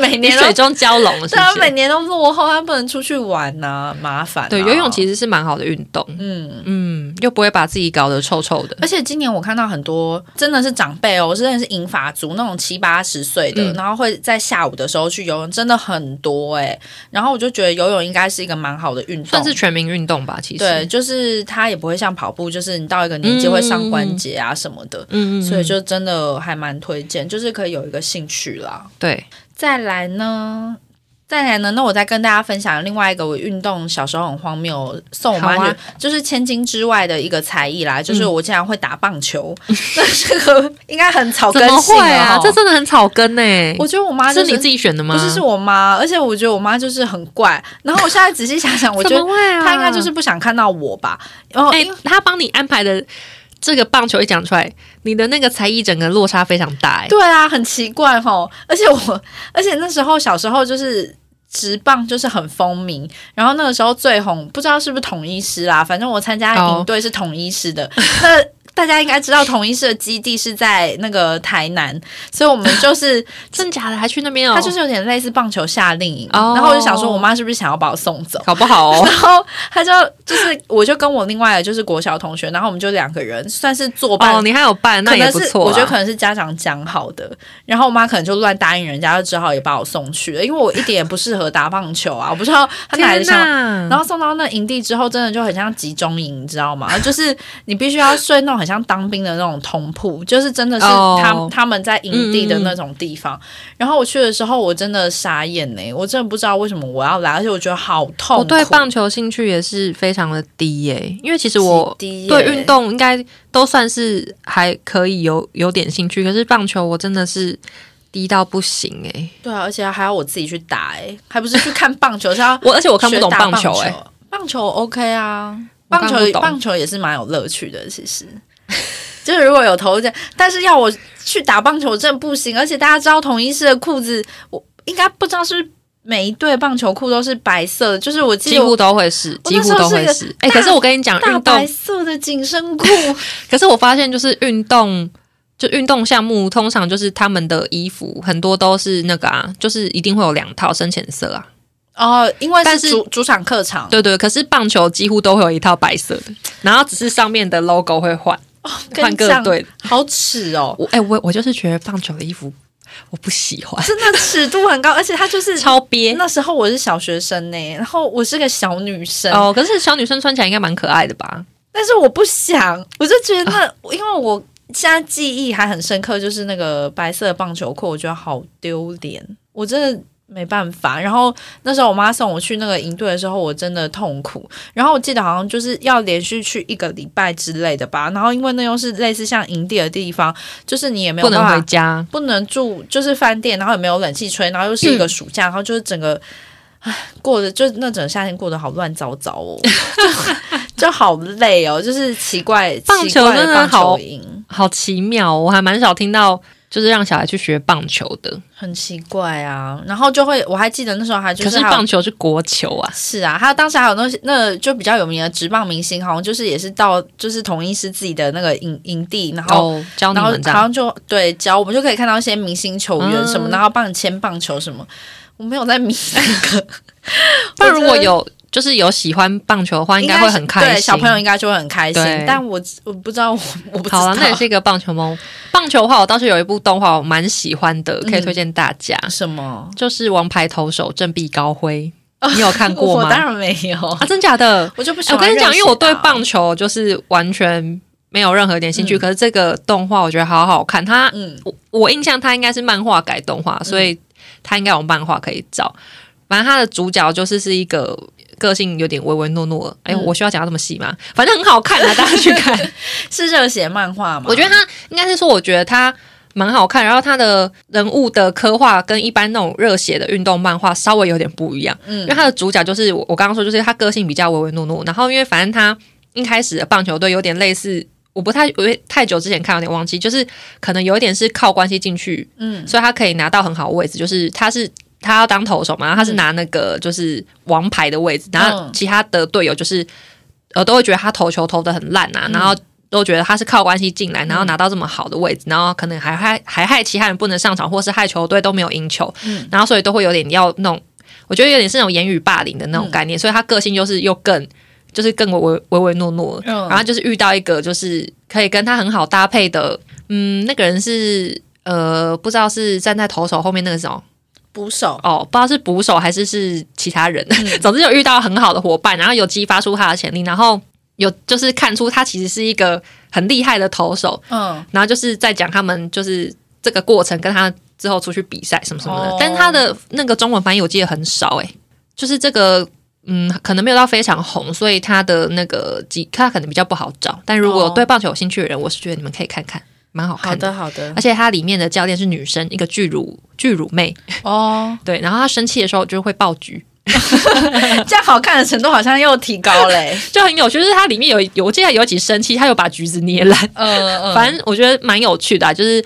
S2: 每
S1: 你
S2: 年都
S1: 水中蛟龙是
S2: 对啊，
S1: 不
S2: 每
S1: 是？
S2: 年都落后，他不能出去玩呐、麻烦、啊
S1: 对，游泳其
S2: 实，
S1: 实是蛮好的运动，
S2: 嗯。
S1: 嗯，又不会把自己搞得臭臭的。
S2: 而且今年我看到很多真的是长辈哦，真的是银发族那种七八十岁的，
S1: 嗯
S2: 然后会在下午的时候去游泳，真的很多哎、然后我就觉得游泳应该是一个蛮好的运动，
S1: 算是全民运动吧，其实
S2: 对，，就是它也不会像跑步，就是你到一个年纪会上关节啊什么的，
S1: 嗯，嗯
S2: 所以就真的还蛮推荐，就是可以有一个兴趣啦。
S1: 对，
S2: 再来呢，再来呢，那我再跟大家分享另外一个我运动小时候很荒谬，送我妈
S1: 好啊嗯
S2: 去，就是千金之外的一个才艺啦，就是我竟然会打棒球， 那这个应该很草
S1: 怎
S2: 根
S1: 么
S2: 性
S1: 会
S2: 了
S1: 啊？
S2: 齁
S1: 这真的很草根呢。
S2: 我觉得我妈就是
S1: 你自己选的吗？
S2: 不是是我妈，而且我觉得我妈就是很怪。然后我现在仔细想想，我觉
S1: 怎么
S2: 得
S1: 会啊？
S2: 她应该就是不想看到我吧。然后
S1: 哎、他帮你安排的这个棒球一讲出来，你的那个才艺整个落差非常大、哎，
S2: 对啊，很奇怪吼，而且我， 而且那时候小时候就是。直棒就是很风靡，然后那个时候最红，不知道是不是统一师啦，反正我参加的
S1: 哦
S2: 营队是统一师 的。那大家应该知道统一师的基地是在那个台南，所以我们就是
S1: 真假的还去那边 哦？
S2: 它就是有点类似棒球夏令营。
S1: 哦
S2: 然后我就想说，我妈是不是想要把我送走？
S1: 搞不好哦。
S2: 然后她就就是，我就跟我另外的就是国小同学，然后我们就两个人算是作伴
S1: 哦，你还有办，那
S2: 可
S1: 也
S2: 能
S1: 不
S2: 是
S1: 错啊。
S2: 我觉得可能是家长讲好的，然后我妈可能就乱答应人家，就只好也把我送去了，因为我一点也不适合打棒球啊，我 不知道她哪来的
S1: 天
S2: 想法。
S1: 哪，哦
S2: 然后送到那营地之后，真的就很像集中营，你知道吗？就是你必须要睡那种很像当兵的那种通铺，就是真的是
S1: 哦
S2: 他、他们在营地的
S1: 嗯嗯嗯嗯
S2: 那种地方。然后我去的时候，我真的傻眼呢、我真的不知道为什么我要来，而且我觉得好痛苦，
S1: 我对棒球兴趣也是非常的低耶、因为其实我
S2: 极低耶
S1: 对运动应该都算是还可以有有点兴趣，可是棒球我真的是低到不行哎、
S2: 对啊，而且还要我自己去打哎、还不是去看棒球，是要
S1: 我而且我看不懂
S2: 学打
S1: 棒
S2: 棒
S1: 球哎、
S2: 棒球 OK 啊，
S1: 我
S2: 棒
S1: 看
S2: 球
S1: 不懂
S2: 棒球也是蛮有乐趣的，其实。 就是如果有投入在，但是要我去打棒球真的不行，而且大家知道统一式的裤子，我应该不知道是不是每一对棒球裤都是白色的，就是我记
S1: 几
S2: 得
S1: 乎
S2: 我
S1: 都会是，
S2: 我
S1: 几
S2: 那
S1: 乎
S2: 时候
S1: 都
S2: 是
S1: 会
S2: 一个
S1: 是。哎、可是我跟你讲，
S2: 大
S1: 运
S2: 白
S1: 动
S2: 色的紧身裤，
S1: 可是我发现，就是运动，就运动项目，通常就是他们的衣服很多都是那个啊，就是一定会有两套深浅色啊。
S2: 哦，因为
S1: 但
S2: 是
S1: 是
S2: 主主场客场，
S1: 对对，可是棒球几乎都会有一套白色的，然后只是上面的 logo 会换
S2: 跟
S1: 换各
S2: 上
S1: 队。
S2: 好耻哦，
S1: 我哎、我我就是觉得棒球的衣服我不喜欢，
S2: 真的尺度很高，而且它就是
S1: 超憋。
S2: 那时候我是小学生呢、然后我是个小女生，
S1: 哦，可是小女生穿起来应该蛮可爱的吧？
S2: 但是我 不想，我就觉得那，因为我现在记忆还很深刻，就是那个白色的棒球裤，我觉得好丢脸，我真的。没办法，然后那时候我妈送我去那个营队的时候，我真的痛苦。然后我记得好像就是要连续去一个礼拜之类的吧。然后因为那又是类似像营地的地方，就是你也没有
S1: 不
S2: 办
S1: 能
S2: 法
S1: 回家，
S2: 不能住，就是饭店，然后也没有冷气吹，然后又是一个暑
S1: 嗯
S2: 假，然后就是整个，唉，过的就那整个夏天过得好乱糟糟哦， 就就好累哦，就是奇怪，
S1: 棒球
S2: 奇怪
S1: 真的
S2: 棒球
S1: 好
S2: 营
S1: 好奇妙、哦，我还蛮少听到就是让小孩去学棒球的。
S2: 很奇怪啊，然后就会我还记得那时候还就
S1: 可是
S2: 还有
S1: 棒球是国球啊，
S2: 是啊，他当时还有那些那就比较有名的职棒明星，好像就是也是到就是同一师自己的那个营营地，然后、
S1: 哦，教你
S2: 然后
S1: 们这
S2: 好
S1: 样。
S2: 像就对教我们就可以看到一些明星球员什么，
S1: 嗯
S2: 然后帮你签棒球什么。我没有在迷那个，
S1: 但
S2: 我
S1: 如
S2: 觉
S1: 果
S2: 得
S1: 有就是有喜欢棒球的话，应该会很开心。
S2: 对，小朋友应该就会很开心
S1: 对。
S2: 但我我不知道，我我不知道。
S1: 好了，啊那也是一个棒球梦。棒球的话，我倒是有一部动画我蛮喜欢的，可以
S2: 嗯
S1: 推荐大家，
S2: 什么？
S1: 就是《王牌投手振臂高挥》， 你有看过
S2: 哦我
S1: 吗？
S2: 当然没有，
S1: 啊，真假的？
S2: 我就不喜
S1: 哎
S2: 欢、
S1: 我跟你讲，因为我对，棒球就是完全没有任何一点兴趣，
S2: 嗯
S1: 可是这个动画我觉得好好看，它
S2: 嗯，
S1: 我我印象它应该是漫画改动画，所以它应该有漫画可以找。反正它的主角就是是一个个性有点唯唯诺诺，哎呦，
S2: 嗯
S1: 我需要讲到这么细吗？反正很好看 啊，大家去看。
S2: 是热血漫画嘛？
S1: 我觉得它应该是说，我觉得它蛮好看，然后它的人物的刻画跟一般那种热血的运动漫画稍微有点不一样。因为
S2: 嗯
S1: 他的主角就是我，我刚刚说就是他个性比较唯唯诺诺，然后因为反正他一开始的棒球队有点类似，我不太我太久之前看有点忘记，就是可能有一点是靠关系进去，
S2: 嗯
S1: 所以他可以拿到很好的位置，就是他是。他要当投手嘛，然后
S2: 嗯
S1: 他是拿那个就是王
S2: 嗯
S1: 牌的位置，然后其他的队友就是呃都会觉得他投球投的很烂啊，然后都觉得他是靠关系进来，然后拿到这么好的位置，然后可能还害还害其他人不能上场，或是害球队都没有赢球，
S2: 嗯
S1: 然后所以都会有点要那种，我觉得有点是那种言语霸凌的
S2: 嗯
S1: 那种概念，所以他个性就是又更就是更唯唯唯唯诺诺，
S2: 嗯
S1: 然后就是遇到一个就是可以跟他很好搭配的，嗯，那个人是呃不知道是站在投手后面那个是什么。
S2: 捕手，
S1: 哦，不知道是捕手还是是其他人， 总之有遇到很好的伙伴，然后有激发出他的潜力，然后有就是看出他其实是一个很厉害的投手，
S2: 嗯，
S1: 然后就是在讲他们就是这个过程跟他之后出去比赛什么什么的，
S2: 哦
S1: 但是他的那个中文翻译我记得很少诶、就是这个。嗯，可能没有到非常红，所以他的那个几，他可能比较不好找。但如果有
S2: 哦
S1: 对棒球有兴趣的人，我是觉得你们可以看看，蛮好
S2: 好
S1: 看的。哎
S2: 的好的
S1: 而，且它里面的教练是女生，一个巨乳巨乳妹，
S2: 哦，
S1: 对，然后他生气的时候就会爆菊，
S2: 这样好看的程度好像又提高 欸嘞、
S1: 就很有趣。就是它里面有有，我记得有一集生气，他又把橘子捏烂，
S2: 嗯嗯，
S1: 反正我觉得蛮有趣的啊、就是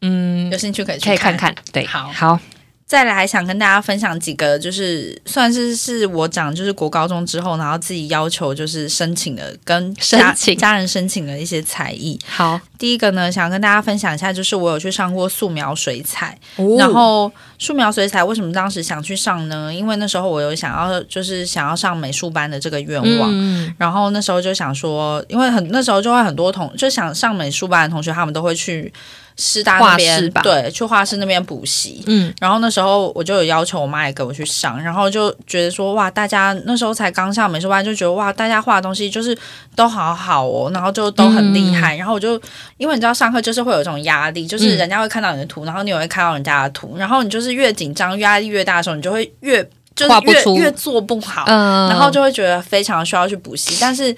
S1: 嗯，
S2: 有兴趣可以去
S1: 可以看看，对，
S2: 好
S1: 好，
S2: 再来，还想跟大家分享几个，就是算是是我讲，就是国高中之后，然后自己要求就是申请的跟家
S1: 申请
S2: 家人申请的一些才艺。
S1: 好，
S2: 第一个呢，想跟大家分享一下，就是我有去上过素描水彩，
S1: 哦
S2: 然后素描水彩为什么当时想去上呢？因为那时候我有想要就是想要上美术班的这个愿望。
S1: 嗯，
S2: 然后那时候就想说，因为很那时候就会很多同就想上美术班的同学，他们都会去师大那
S1: 画室
S2: 边
S1: 吧
S2: 对去画室那边补习。
S1: 嗯，
S2: 然后那时候我就有要求我妈也给我去上，然后就觉得说哇，大家那时候才刚上美术班，就觉得哇，大家画的东西就是都好好哦，然后就都很厉害。然后我就因为你知道上课就是会有一种压力，就是
S1: 嗯
S2: 人家会看到你的图，然后你也会看到人家的图，然后你就是越紧张、越压力越大的时候，你就会越就是
S1: 画不出
S2: 越越做不好。
S1: 嗯
S2: 然后就会觉得非常需要去补习。但是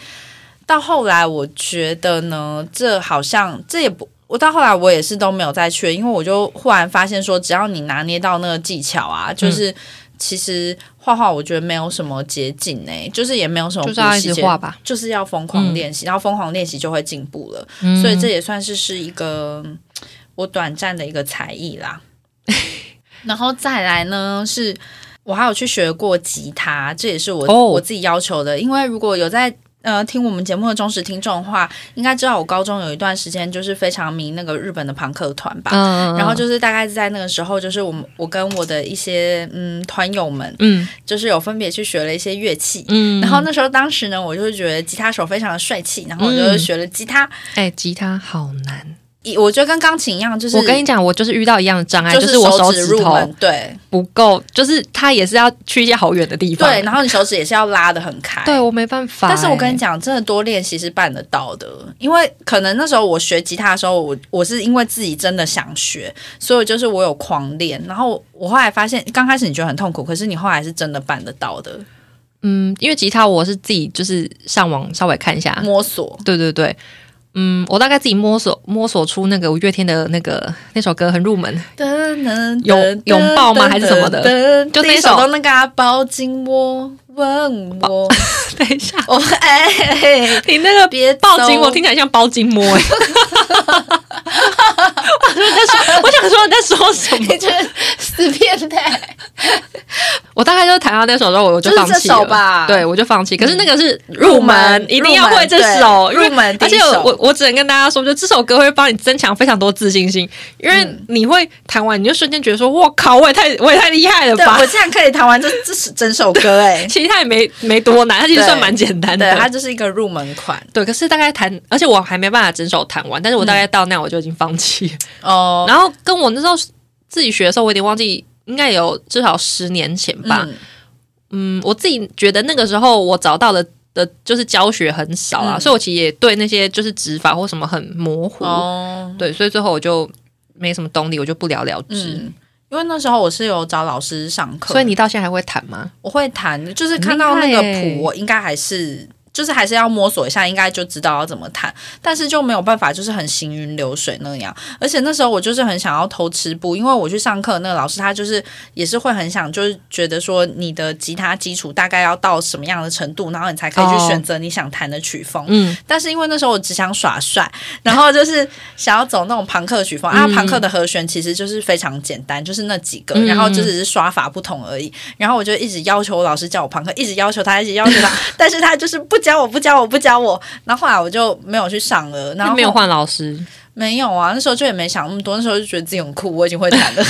S2: 到后来，我觉得呢，这好像这也不。我到后来我也是都没有再去，因为我就忽然发现说，只要你拿捏到那个技巧啊，
S1: 嗯
S2: 就是、其实画画我觉得没有什么捷径呢、欸就是也没有什么
S1: 就
S2: 补
S1: 是要一
S2: 习
S1: 直
S2: 捷
S1: 画吧，
S2: 就是要疯狂练习，然后疯狂练习就会进步了。
S1: 嗯
S2: 所以这也算是是一个嗯我短暂的一个才艺 啦。然后再来呢，是我还有去学过吉他，这也是我、
S1: 哦
S2: 我自己要求的，因为如果有在。呃，听我们节目的忠实听众的话，应该知道我高中有一段时间就是非常迷那个日本的朋克团吧。
S1: 嗯，
S2: 然后就是大概在那个时候，就是我们我跟我的一些嗯团友们，
S1: 嗯
S2: 就是有分别去学了一些乐器。
S1: 嗯，
S2: 然后那时候当时呢，我就觉得吉他手非常的帅气，然后我就
S1: 嗯
S2: 学了吉他。
S1: 哎，吉他好难，
S2: 以我觉得跟钢琴一样，就是
S1: 我跟你讲，我就是遇到一样的障碍，
S2: 就
S1: 就是我手
S2: 指
S1: 指
S2: 入
S1: 头
S2: 门，对
S1: 不够，就是他也是要去一些好远的地方，
S2: 对，，然后你手指也是要拉的很开。
S1: 对我没办法，哎
S2: 但是我跟你
S1: 讲，
S2: 讲，真的多练习是办得到的，因为可能那时候我学吉他的时候，我我是因为自己真的想学，所以就是我有狂练，然后我后来发现，刚开始你觉得很痛苦，可是你后来是真的办得到的，
S1: 嗯，因为吉他我是自己就是上网稍微看一下，
S2: 摸索。
S1: 对对对，嗯，我大概自己摸索摸索出那个五月天的那个那首歌很入门，
S2: 噔噔
S1: 拥拥抱吗还是什么的
S2: 的
S1: 就那
S2: 那
S1: 首
S2: 都那个啊，抱紧我，吻 我，
S1: 等一下，
S2: 我哎嘿，嘿
S1: 你那个
S2: 别
S1: 抱筋
S2: 走
S1: 膜听起来像包筋膜哎、欸。我想说你在说什 么？
S2: 就是死变 态，
S1: 我大概就弹到那首之后，我就放
S2: 就是
S1: 弃
S2: 这首
S1: 了。
S2: 吧
S1: 对，我就放弃。可是那个是入门，
S2: 门
S1: 一定要会这首，因为
S2: 入门对入门第
S1: 而
S2: 一
S1: 且
S2: 首
S1: 我我只能跟大家说，就这首歌会帮你增强非常多自信心，因为你会弹完，你就瞬间觉得说，我靠，我也太我也太厉害了
S2: 对
S1: 吧
S2: 我！竟然可以弹完这这是整首歌哎、
S1: 其实它也没没多难，它其实
S2: 对
S1: 算蛮简单的。
S2: 对，它就是一个入门款
S1: 对，可是大概弹，而且我还没办法整首弹完，但是我大概到那我就已经放弃。
S2: 哦。
S1: 然后跟我那时候自己学的时候，我有点忘记，应该有至少十年前吧。
S2: 嗯
S1: 嗯我自己觉得那个时候我找到的的就是教学很少啊，
S2: 嗯
S1: 所以我其实也对那些就是指法或什么很模糊。
S2: 哦，
S1: 对，所以最后我就没什么动力，我就不了了之。
S2: 嗯，因为那时候我是有找老师上课，
S1: 所以你到现在还会弹吗？
S2: 我会弹，就是看到那个
S1: 很厉害欸
S2: 谱，我应该还是。就是还是要摸索一下，应该就知道要怎么弹，但是就没有办法，就是很行云流水那样。而且那时候我就是很想要偷吃步，因为我去上课，那个老师他就是也是会很想，就是觉得说你的吉他基础大概要到什么样的程度，然后你才可以去
S1: 哦
S2: 选择你想弹的曲风。
S1: 嗯，
S2: 但是因为那时候我只想耍帅，然后就是想要走那种朋克曲风、啊。
S1: 嗯
S2: 朋克的和弦其实就是非常简单，就是那几个，
S1: 嗯
S2: 然后就只是刷法不同而已。然后我就一直要求我老师叫我朋克，一直要求他，一直要求他，但是他就是不教我不教我不教我。然后后来我就没有去上了，然后
S1: 没有换老师，
S2: 没有啊，那时候就也没想那么多，那时候就觉得自己很酷，我已经会弹了，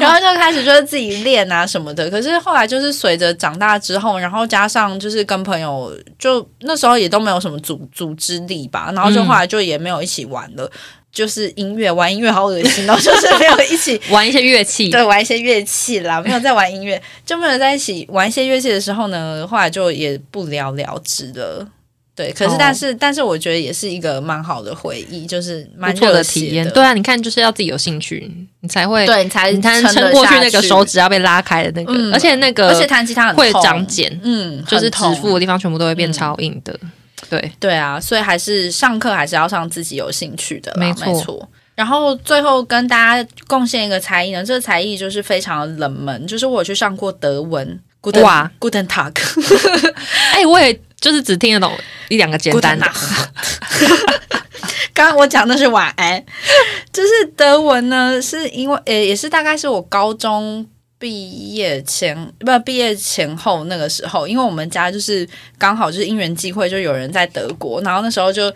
S2: 然后就开始就是自己练啊什么的。可是后来就是随着长大之后，然后加上就是跟朋友，就那时候也都没有什么组组织力吧，然后就后来就也没有一起玩了。就是音乐玩音乐好恶心哦，就是没有一起
S1: 玩一些乐器，
S2: 对，玩一些乐器啦，没有在玩音乐，就没有在一起玩一些乐器的时候呢，后来就也不了了之了。对，可
S1: 哦
S2: 是但是、但是我觉得也是一个蛮好的回忆，就是
S1: 不
S2: 蛮
S1: 错
S2: 热
S1: 的
S2: 血
S1: 体验。
S2: 的
S1: 对啊，你看，就是要自己有兴趣，你才会，
S2: 对，你才
S1: 你才能
S2: 撑
S1: 撑
S2: 得
S1: 过去
S2: 下
S1: 那个手，指要被拉开的那
S2: 嗯
S1: 个，而且那个
S2: 而且弹吉他很
S1: 会
S2: 痛
S1: 长，茧，
S2: 嗯，
S1: 就是嗯指
S2: 很痛
S1: 腹。的地方全部都会变超硬的。对，
S2: 对啊，所以还是上课还是要上自己有兴趣的啦，
S1: 没
S2: 没
S1: 错
S2: 错。然后最后跟大家贡献一个才艺呢，这个才艺就是非常的冷门，就是我有去上过德文。Guten,
S1: 哇
S2: Guten Tag，
S1: 哎，我也就是只听得懂一两个简单
S2: Guten
S1: 的
S2: Tag。刚刚 我讲的是晚安，就是德文呢，是因为呃也是大概是我高中毕业前不毕业前后那个时候，因为我们家就是刚好就是因缘际会，就有人在德国，然后那时候就。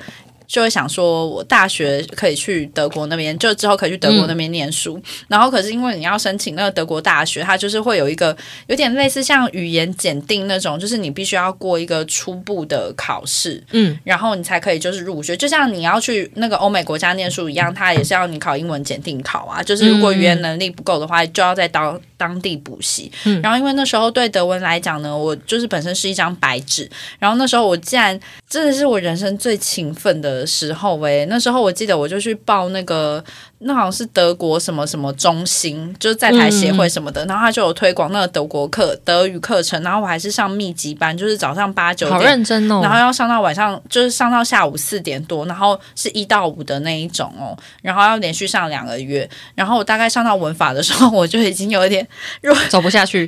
S2: 就会想说，我大学可以去德国那边，就之后可以去德国那边念书。然后，可是因为你要申请那个德国大学，它就是会有一个有点类似像语言检定那种，就是你必须要过一个初步的考试，
S1: 嗯，
S2: 然后你才可以就是入学。就像你要去那个欧美国家念书一样，它也是要你考英文检定考啊。就是如果语言能力不够的话，就要在当当地补习。
S1: 嗯
S2: 然后因为那时候对德文来讲呢，我就是本身是一张白纸，然后那时候我竟然真的是我人生最勤奋的时候诶、那时候我记得我就去报那个。那好像是德国什么什么中心，就是在台协会什么的，然后他就有推广那个德国课德语课程，然后我还是上密集班，就是早上八九
S1: 好
S2: 点
S1: 认真
S2: 然
S1: 哦
S2: 后。要上到晚上，就是上到下午四点多，然后是一到五的那一种哦，然后要连续上两个月，然后我大概上到文法的时候，我就已经有一点
S1: 走不下去，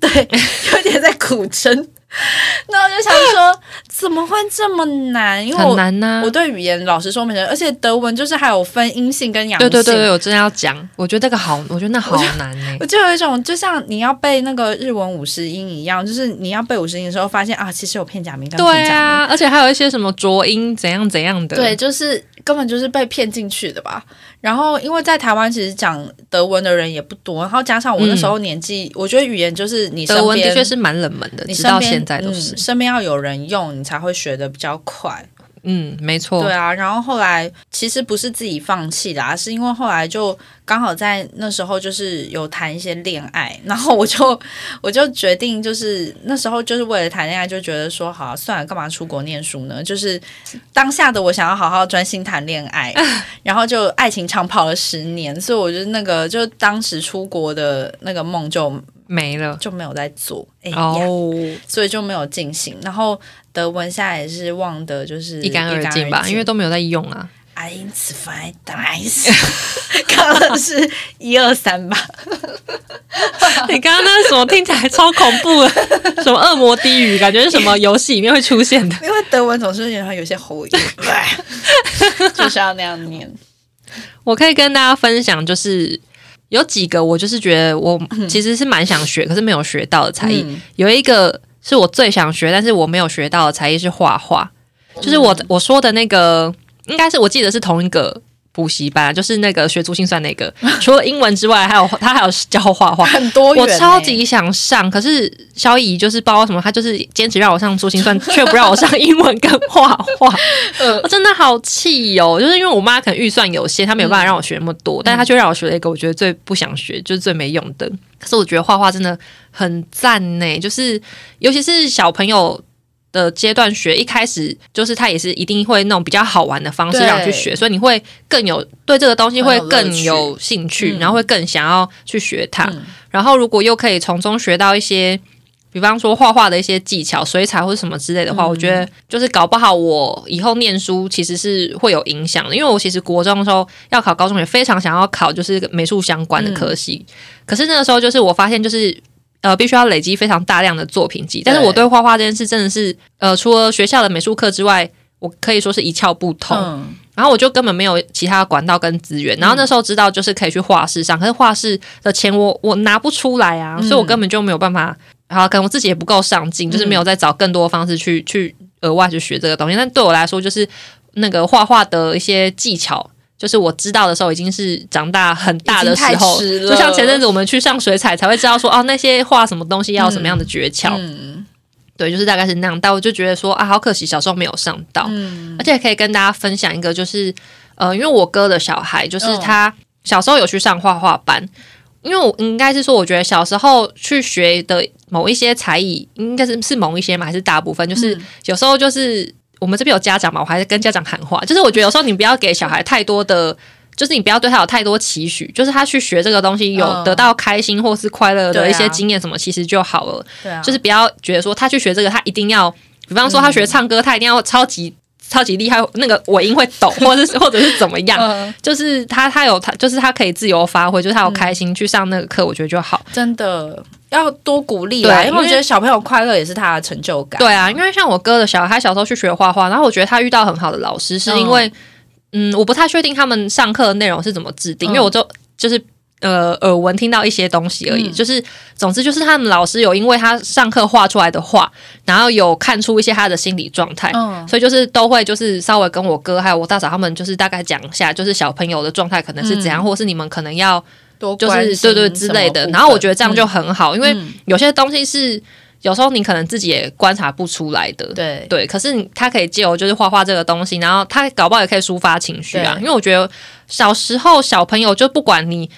S2: 对，有点在苦撑，那我就想 说，怎么会这么难？因为
S1: 很
S2: 我
S1: 难啊呐、
S2: 我对语言老实说没什么，而且德文就是还有分阴性跟阳
S1: 对
S2: 性，
S1: 对对对，我真的要讲，我觉得这个好，我觉得那好难欸呢、
S2: 我就有一种，就像你要背那个日文五十音一样，就是你要背五十音的时候，发现啊，其实有片假名跟片假
S1: 对
S2: 名，
S1: 啊，而且还有一些什么浊音怎样怎样的，
S2: 对，，就是根本就是被骗进去的吧。然后因为在台湾其实讲德文的人也不多，然后加上我那时候年纪，我觉得语言就是你身
S1: 德文
S2: 边
S1: 的确是蛮冷门的，
S2: 你
S1: 直
S2: 身
S1: 到
S2: 边
S1: 现在都是
S2: 嗯、。身边要有人用，你才会学的比较快。
S1: 嗯，没错。
S2: 对啊，然后后来其实不是自己放弃啦，是因为后来就刚好在那时候就是有谈一些恋爱，然后我就 我就决定就是那时候就是为了谈恋爱，就觉得说好、啊算了，干嘛出国念书呢？就是当下的我想要好好专心谈恋 爱，然后就爱情长跑了十年，所以我就那个就当时出国的那个梦就
S1: 没了。
S2: 就没有在做，哎呀。
S1: 哦，
S2: 所以就没有进行，然后德文现在也是忘得就是
S1: 一干二净吧，因为都没有在用 啊。
S2: ein zwei drei，刚刚是一二三吧？
S1: 你刚刚那是什么听起来超恐怖的，什么恶魔低语，感觉是什么游戏里面会出现的。
S2: 因为德文总是有有些喉音， 就是要那样念。
S1: 我可以跟大家分享，就是有几个我就是觉得我其实是蛮想学，可是没有学到的才艺。
S2: 嗯
S1: 有一个是我最想学，但是我没有学到的才艺是画画，就是我、我说的那个，应该是我记得是同一个。补习班就是那个学珠心算那个，除了英文之外，还有他还有教画画，
S2: 很多元
S1: 我
S2: 欸
S1: 超级想上，可是萧姨就是不知道为什么，她就是坚持让我上珠心算，却不让我上英文跟画 画，啊
S2: 嗯
S1: 我真的好气哦！就是因为我妈可能预算有限，她没有办
S2: 嗯
S1: 法让我学那么多，但她却让我学了一个我觉得最不想学，就是最没用的。可是我觉得画画真的很赞呢，就是尤其是小朋友。的阶段学一开始就是他也是一定会那种比较好玩的方式
S2: 对
S1: 让你去学，所以你会更有对这个东西会
S2: 很有乐
S1: 更
S2: 趣
S1: 有兴趣，
S2: 嗯
S1: 然后会更想要去学它。
S2: 嗯
S1: 然后如果又可以从中学到一些，比方说画画的一些技巧、水彩或者什么之类
S2: 嗯
S1: 的话，我觉得就是搞不好我以后念书其实是会有影响的。因为我其实国中的时候要考高中，也非常想要考就是美术相关的科系，
S2: 嗯
S1: 可是那个时候就是我发现就是。呃，必须要累积非常大量的作品集，但是我对画画这件事真的是，呃，除了学校的美术课之外，我可以说是一窍不通。
S2: 嗯，
S1: 然后我就根本没有其他管道跟资源，然后那时候知道就是可以去画室上，可是画室的钱我我拿不出来啊，
S2: 嗯嗯
S1: 所以我根本就没有办法。好，可能我自己也不够上进，就是没有再找更多的方式去去额外去学这个东西。但对我来说，就是那个画画的一些技巧。就是我知道的时候，已经是长大很大的时候，
S2: 已经太迟了
S1: 就像前阵子我们去上水彩才会知道说，哦，那些画什么东西要有什么样的诀窍，
S2: 嗯
S1: 对，就是大概是那样。但我就觉得说啊，好可惜小时候没有上到，
S2: 嗯，
S1: 而且可以跟大家分享一个，就是呃，因为我哥的小孩，就是
S2: 嗯
S1: 他小时候有去上画画班，因为我应该是说，我觉得小时候去学的某一些才艺，应该是是某一些嘛，还是大部分，就是有时候就是我们这边有家长嘛，我还是跟家长喊话，就是我觉得有时候你不要给小孩太多的。就是你不要对他有太多期许，就是他去学这个东西有
S2: 嗯
S1: 得到开心或是快乐的一
S2: 对
S1: 些
S2: 啊
S1: 经验什么，其实就好了。
S2: 对啊，
S1: 就是不要觉得说他去学这个，他一定要，比方说他学唱歌，他一定要超级超级厉害，那个尾音会抖，或者是或者是怎么样。
S2: 嗯
S1: 就是他，他有他，就是他可以自由发挥，就是他有开心去上那个课，我觉得就好。
S2: 真的要多鼓励啦，
S1: 对
S2: 因为
S1: 因
S2: 我
S1: 为
S2: 觉得小朋友快乐也是他的成就感。
S1: 对啊，因为像我哥的小孩，他小时候去学画画，然后我觉得他遇到很好的老师，是因为，嗯，我不太确定他们上课的内容是怎么制定，
S2: 嗯
S1: 因为我就就是呃耳闻听到一些东西而已，
S2: 嗯
S1: 就是总之就是他们老师有因为他上课画出来的画，然后有看出一些他的心理状态，
S2: 嗯，
S1: 所以就是都会就是稍微跟我哥还有我大嫂他们就是大概讲一下，就是小朋友的状态可能是怎样，
S2: 嗯
S1: 或是你们可能要
S2: 多
S1: 就
S2: 关
S1: 是对
S2: 心
S1: 对
S2: 什么
S1: 之类的
S2: 部。分
S1: 然后我觉得这样就很好，因为
S2: 嗯
S1: 有些东西是有时候你可能自己也观察不出来的。
S2: 对
S1: 对，可是你他可以借由就是画画这个东西，然后他搞不好也可以抒发情绪啊。
S2: 对
S1: 因为我觉得小时候小朋友就不管你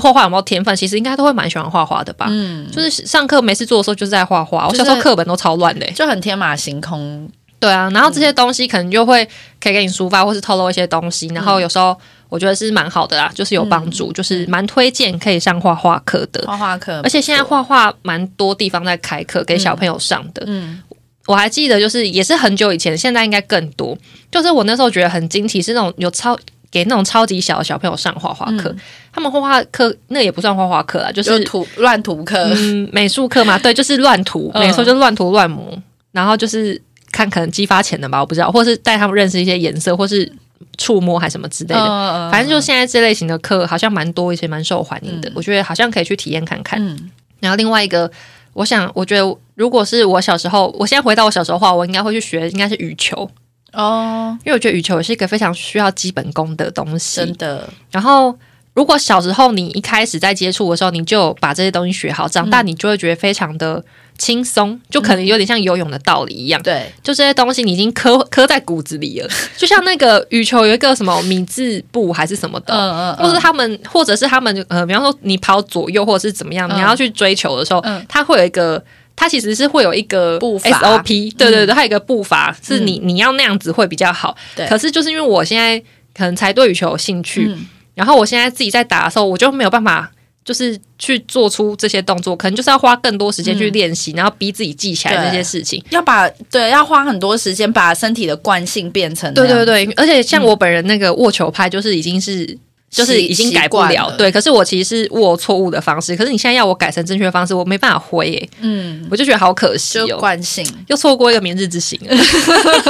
S1: 画画有没有天分，其实应该都会蛮喜欢画画的吧。
S2: 嗯，
S1: 就是上课没事做的时候就是在画画，我
S2: 就是
S1: 小时候课本都超乱的欸、
S2: 就很天马行空。
S1: 对啊，然后这些
S2: 嗯
S1: 东西可能就会可以给你抒发，或是透露一些东西。然
S2: 嗯
S1: 后有时候我觉得是蛮好的啦，就是有帮助，就是蛮推荐可以上画画课的。
S2: 画画课，
S1: 而且现在画画蛮多地方在开课给小朋友上的，
S2: 嗯
S1: 我还记得就是也是很久以前，现在应该更多。就是我那时候觉得很惊奇，是那种有超给那种超级小的小朋友上画画课，他们画画课那也不算画画课啦，就
S2: 就是嗯图乱涂课，
S1: 嗯，美术课嘛，对，就是乱涂，
S2: 嗯
S1: 没错，就是乱涂乱抹，然后就是看可能激发潜能吧，我不知道，或是带他们认识一些颜色，或是触摸还什么之类的。
S2: 嗯
S1: 反正就现在这类型的课好像蛮多，一些蛮受欢迎的，
S2: 嗯
S1: 我觉得好像可以去体验看看。
S2: 嗯
S1: 然后另外一个，我想，我觉得如果是我小时候，我现在回到我小时候的话，我应该会去学，应该是羽球，
S2: 哦，
S1: 因为我觉得羽球也是一个非常需要基本功的东西。
S2: 真的，
S1: 然后，如果小时候你一开始在接触的时候，你就把这些东西学好，长
S2: 嗯
S1: 大你就会觉得非常的轻松，就可能有点像游泳的道理一样，
S2: 对，
S1: 就这些东西你已经刻刻在骨子里了。就像那个羽球有一个什么米字部还是什么的。
S2: 嗯
S1: 或者是他们，或者是他们，呃，比方说你跑左右，或者是怎么样，
S2: 嗯
S1: 你要去追求的时候，
S2: 嗯
S1: 它会有一个，它其实是会有一个
S2: 步伐嗯
S1: SOP，对对对，它有一个步伐是你你要那样子会比较好。
S2: 对
S1: 可是就是因为我现在可能才对羽球有兴趣，
S2: 嗯
S1: 然后我现在自己在打的时候，我就没有办法。就是去做出这些动作，可能就是要花更多时间去练习，然后逼自己记起来
S2: 嗯对
S1: 这些事情。
S2: 要把对要花很多时间把身体的惯性变成
S1: 对
S2: 那
S1: 对
S2: 样
S1: 对，
S2: 嗯
S1: 而且像我本人那个握球拍，就是已经是就是已经改不
S2: 习
S1: 了
S2: 惯了
S1: 对，可是我其实是握错误的方式，可是你现在要我改成正确的方式，我没办法挥、欸，
S2: 嗯，
S1: 我就觉得好可惜
S2: 就
S1: 哦，
S2: 惯性，
S1: 又错过一个明日之行了，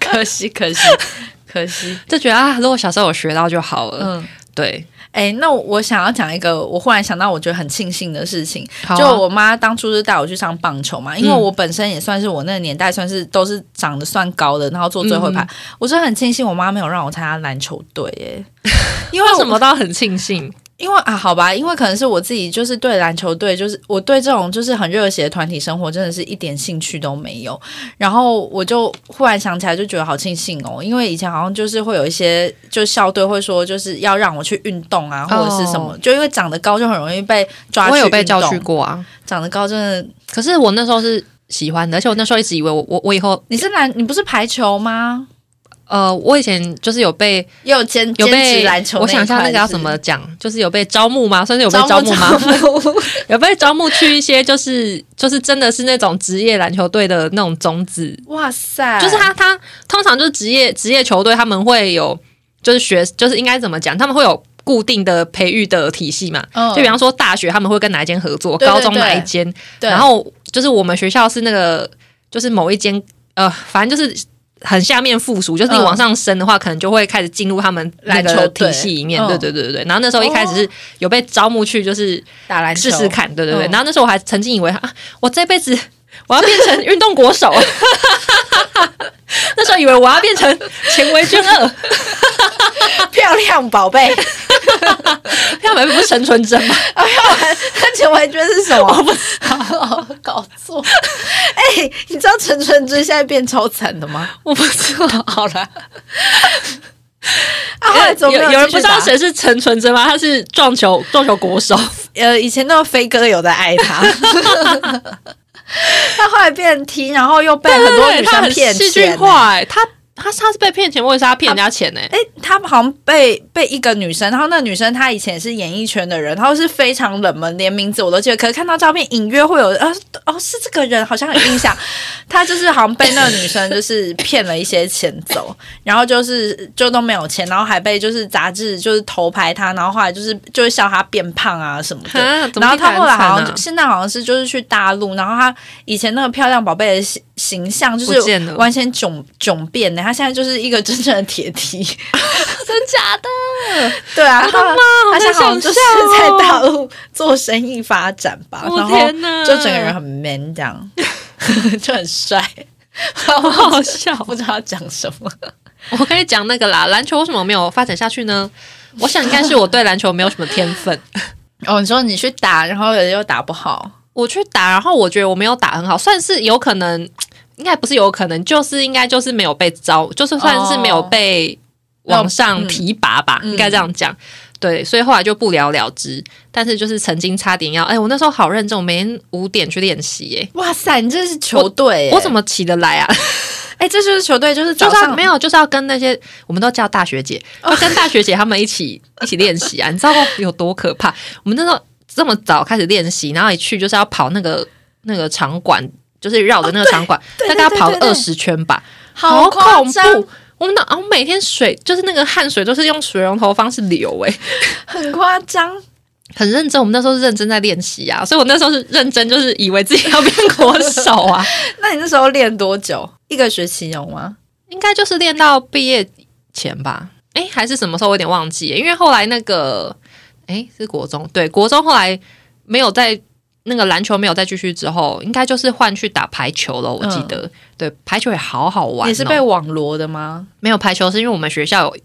S2: 可惜可惜可惜，
S1: 就觉得啊，如果小时候有学到就好了。
S2: 嗯。
S1: 对，
S2: 哎、那我想要讲一个，我忽然想到，我觉得很庆幸的事情，
S1: 好啊
S2: 就我妈当初是带我去上棒球嘛，因为
S1: 嗯
S2: 我本身也算是我那个年代算是都是长得算高的，然后坐最后一排，
S1: 嗯
S2: 我真的很庆幸我妈没有让我参加篮球队， 哎，因为
S1: 为
S2: 我
S1: 什么都很庆幸，
S2: 因为啊，好吧，因为可能是我自己就是对篮球队，就是我对这种就是很热血的团体生活，真的是一点兴趣都没有。然后我就忽然想起来，就觉得好庆幸哦，因为以前好像就是会有一些就校队会说就是要让我去运动啊，或者是什么，就因为长得高就很容易被抓
S1: 哦
S2: 去
S1: 我有被
S2: 运
S1: 叫
S2: 动
S1: 去，过啊。
S2: 长得高真的，
S1: 可是我那时候是喜欢的，而且我那时候一直以为我我我以后
S2: 你是篮，你不是排球吗？
S1: 呃，我以前就是有被
S2: 也有兼
S1: 有
S2: 兼职
S1: 被
S2: 篮球，
S1: 我想一下那个要怎么讲，就是有被招募吗？算是有被招募吗？ 有被招募去一些就是就是真的是那种职业篮球队的那种种子，
S2: 哇塞，
S1: 就是他他通常就是职业职业球队他们会有就是学就是应该怎么讲，他们会有。固定的培育的体系嘛，
S2: 嗯
S1: 就比方说大学他们会跟哪一间合作，
S2: 对对
S1: 高中哪一间，
S2: 对
S1: 然后就是我们学校是那个，就是某一间，呃，反正就是很下面附属，就是你
S2: 嗯
S1: 往上升的话，可能就会开始进入他们那
S2: 篮
S1: 个
S2: 球
S1: 体
S2: 队
S1: 系里面。
S2: 嗯
S1: 对哦对对对对。然后那时候一开始是有被招募去，就是
S2: 打篮
S1: 试
S2: 球
S1: 试，看，对对对。
S2: 嗯
S1: 然后那时候我还曾经以为啊，我这辈子我要变成运动国手， 那时候以为我要变成钱维娟 二，
S2: 漂亮宝贝，
S1: 漂白不是陈纯真吗？
S2: 哎呀，那钱文娟是什么？
S1: 我不知道，
S2: 搞错。 哎、你知道陈纯真现在变超惨的吗？
S1: 我不知道。
S2: 好 了，啊，后来怎
S1: 呃有
S2: 么没
S1: 有人不知道
S2: 继续
S1: 谁是陈纯真吗？他是撞球撞球国手，
S2: 打？呃，以前那个飞哥有在爱他。 他后来变 T，然后又被很多
S1: 对对对
S2: 女
S1: 他
S2: 生
S1: 很
S2: 骗
S1: 戏
S2: 钱
S1: 剧。
S2: 啊
S1: 化哎、他他他是被骗钱，我也是他骗人家钱哎、
S2: 哎、他好像被被一个女生，然后那女生她以前也是演艺圈的人，然后是非常冷门，连名字我都记得。可是看到照片，隐约会有啊，哦，是这个人，好像有 印象。他就是好像被那个女生就是骗了一些钱走，然后就是就都没有钱，然后还被就是杂志就是偷拍他，然后后来就是就是笑他变胖啊什么的。
S1: 啊怎么
S2: 然后
S1: 听起来
S2: 他后来
S1: 很惨
S2: 好
S1: 啊
S2: 像就、现在好像是就是去大陆，然后他以前那个漂亮宝贝的形形象就
S1: 不见
S2: 是
S1: 了
S2: 完全迥迥变的，他现在就是一个真正的铁梯。
S1: 真假的？
S2: 对啊，他他
S1: 好
S2: 现在
S1: 难
S2: 好像就是
S1: 想象
S2: 在
S1: 哦
S2: 大陆做生意发展吧，
S1: 我
S2: 然后
S1: 天哪
S2: 就整个人很 man 这 样，就很帅，
S1: 好好笑。
S2: 不知道讲什么。
S1: 我跟你讲那个啦，篮球为什么没有发展下去呢？我想应该是我对篮球没有什么天 分。
S2: 哦，你说你去打，然后又打不好，
S1: 我去打，然后我觉得我没有打很好，算是有可能，应该不是有可能，就是应该就是没有被招，就是算是没有被往上提拔吧，
S2: 哦嗯
S1: 应该这样讲。对，所以后来就不了了之。但是就是曾经差点要，哎，我那时候好认真，我每天五点去练习，耶。
S2: 哇塞，你这是球队耶，
S1: 我怎么起得来啊？
S2: 哎，这就是球队，就是
S1: 就
S2: 早
S1: 是要
S2: 上哦
S1: 没有，就是要跟那些我们都叫大学姐，要跟大学姐她们一 起一起练习啊！你知道有多可怕？我们那时候这么早开始练习，然后一去就是要跑那个那个场馆，就是绕着那个场馆，
S2: 哦对
S1: 大概要
S2: 对
S1: 跑
S2: 对对
S1: 二十圈吧，
S2: 好夸
S1: 恐
S2: 张
S1: 怖！我们那啊，我每天水就是那个汗水都是用水龙头方式流、欸，
S2: 很夸张，
S1: 很认真。我们那时候是认真在练习啊，所以我那时候是认真，就是以为自己要变国手啊，
S2: 那你那时候练多久？一个学期有吗？
S1: 应该就是练到毕业前吧？诶，还是什么时候？我有点忘记耶，因为后来那个，诶，是国中，对，国中后来没有在那个篮球没有再继续之后，应该就是换去打排球了。我记得，对，排球也好好玩、哦。
S2: 嗯你是被网罗的吗？
S1: 没有排球，是因为我们学校有，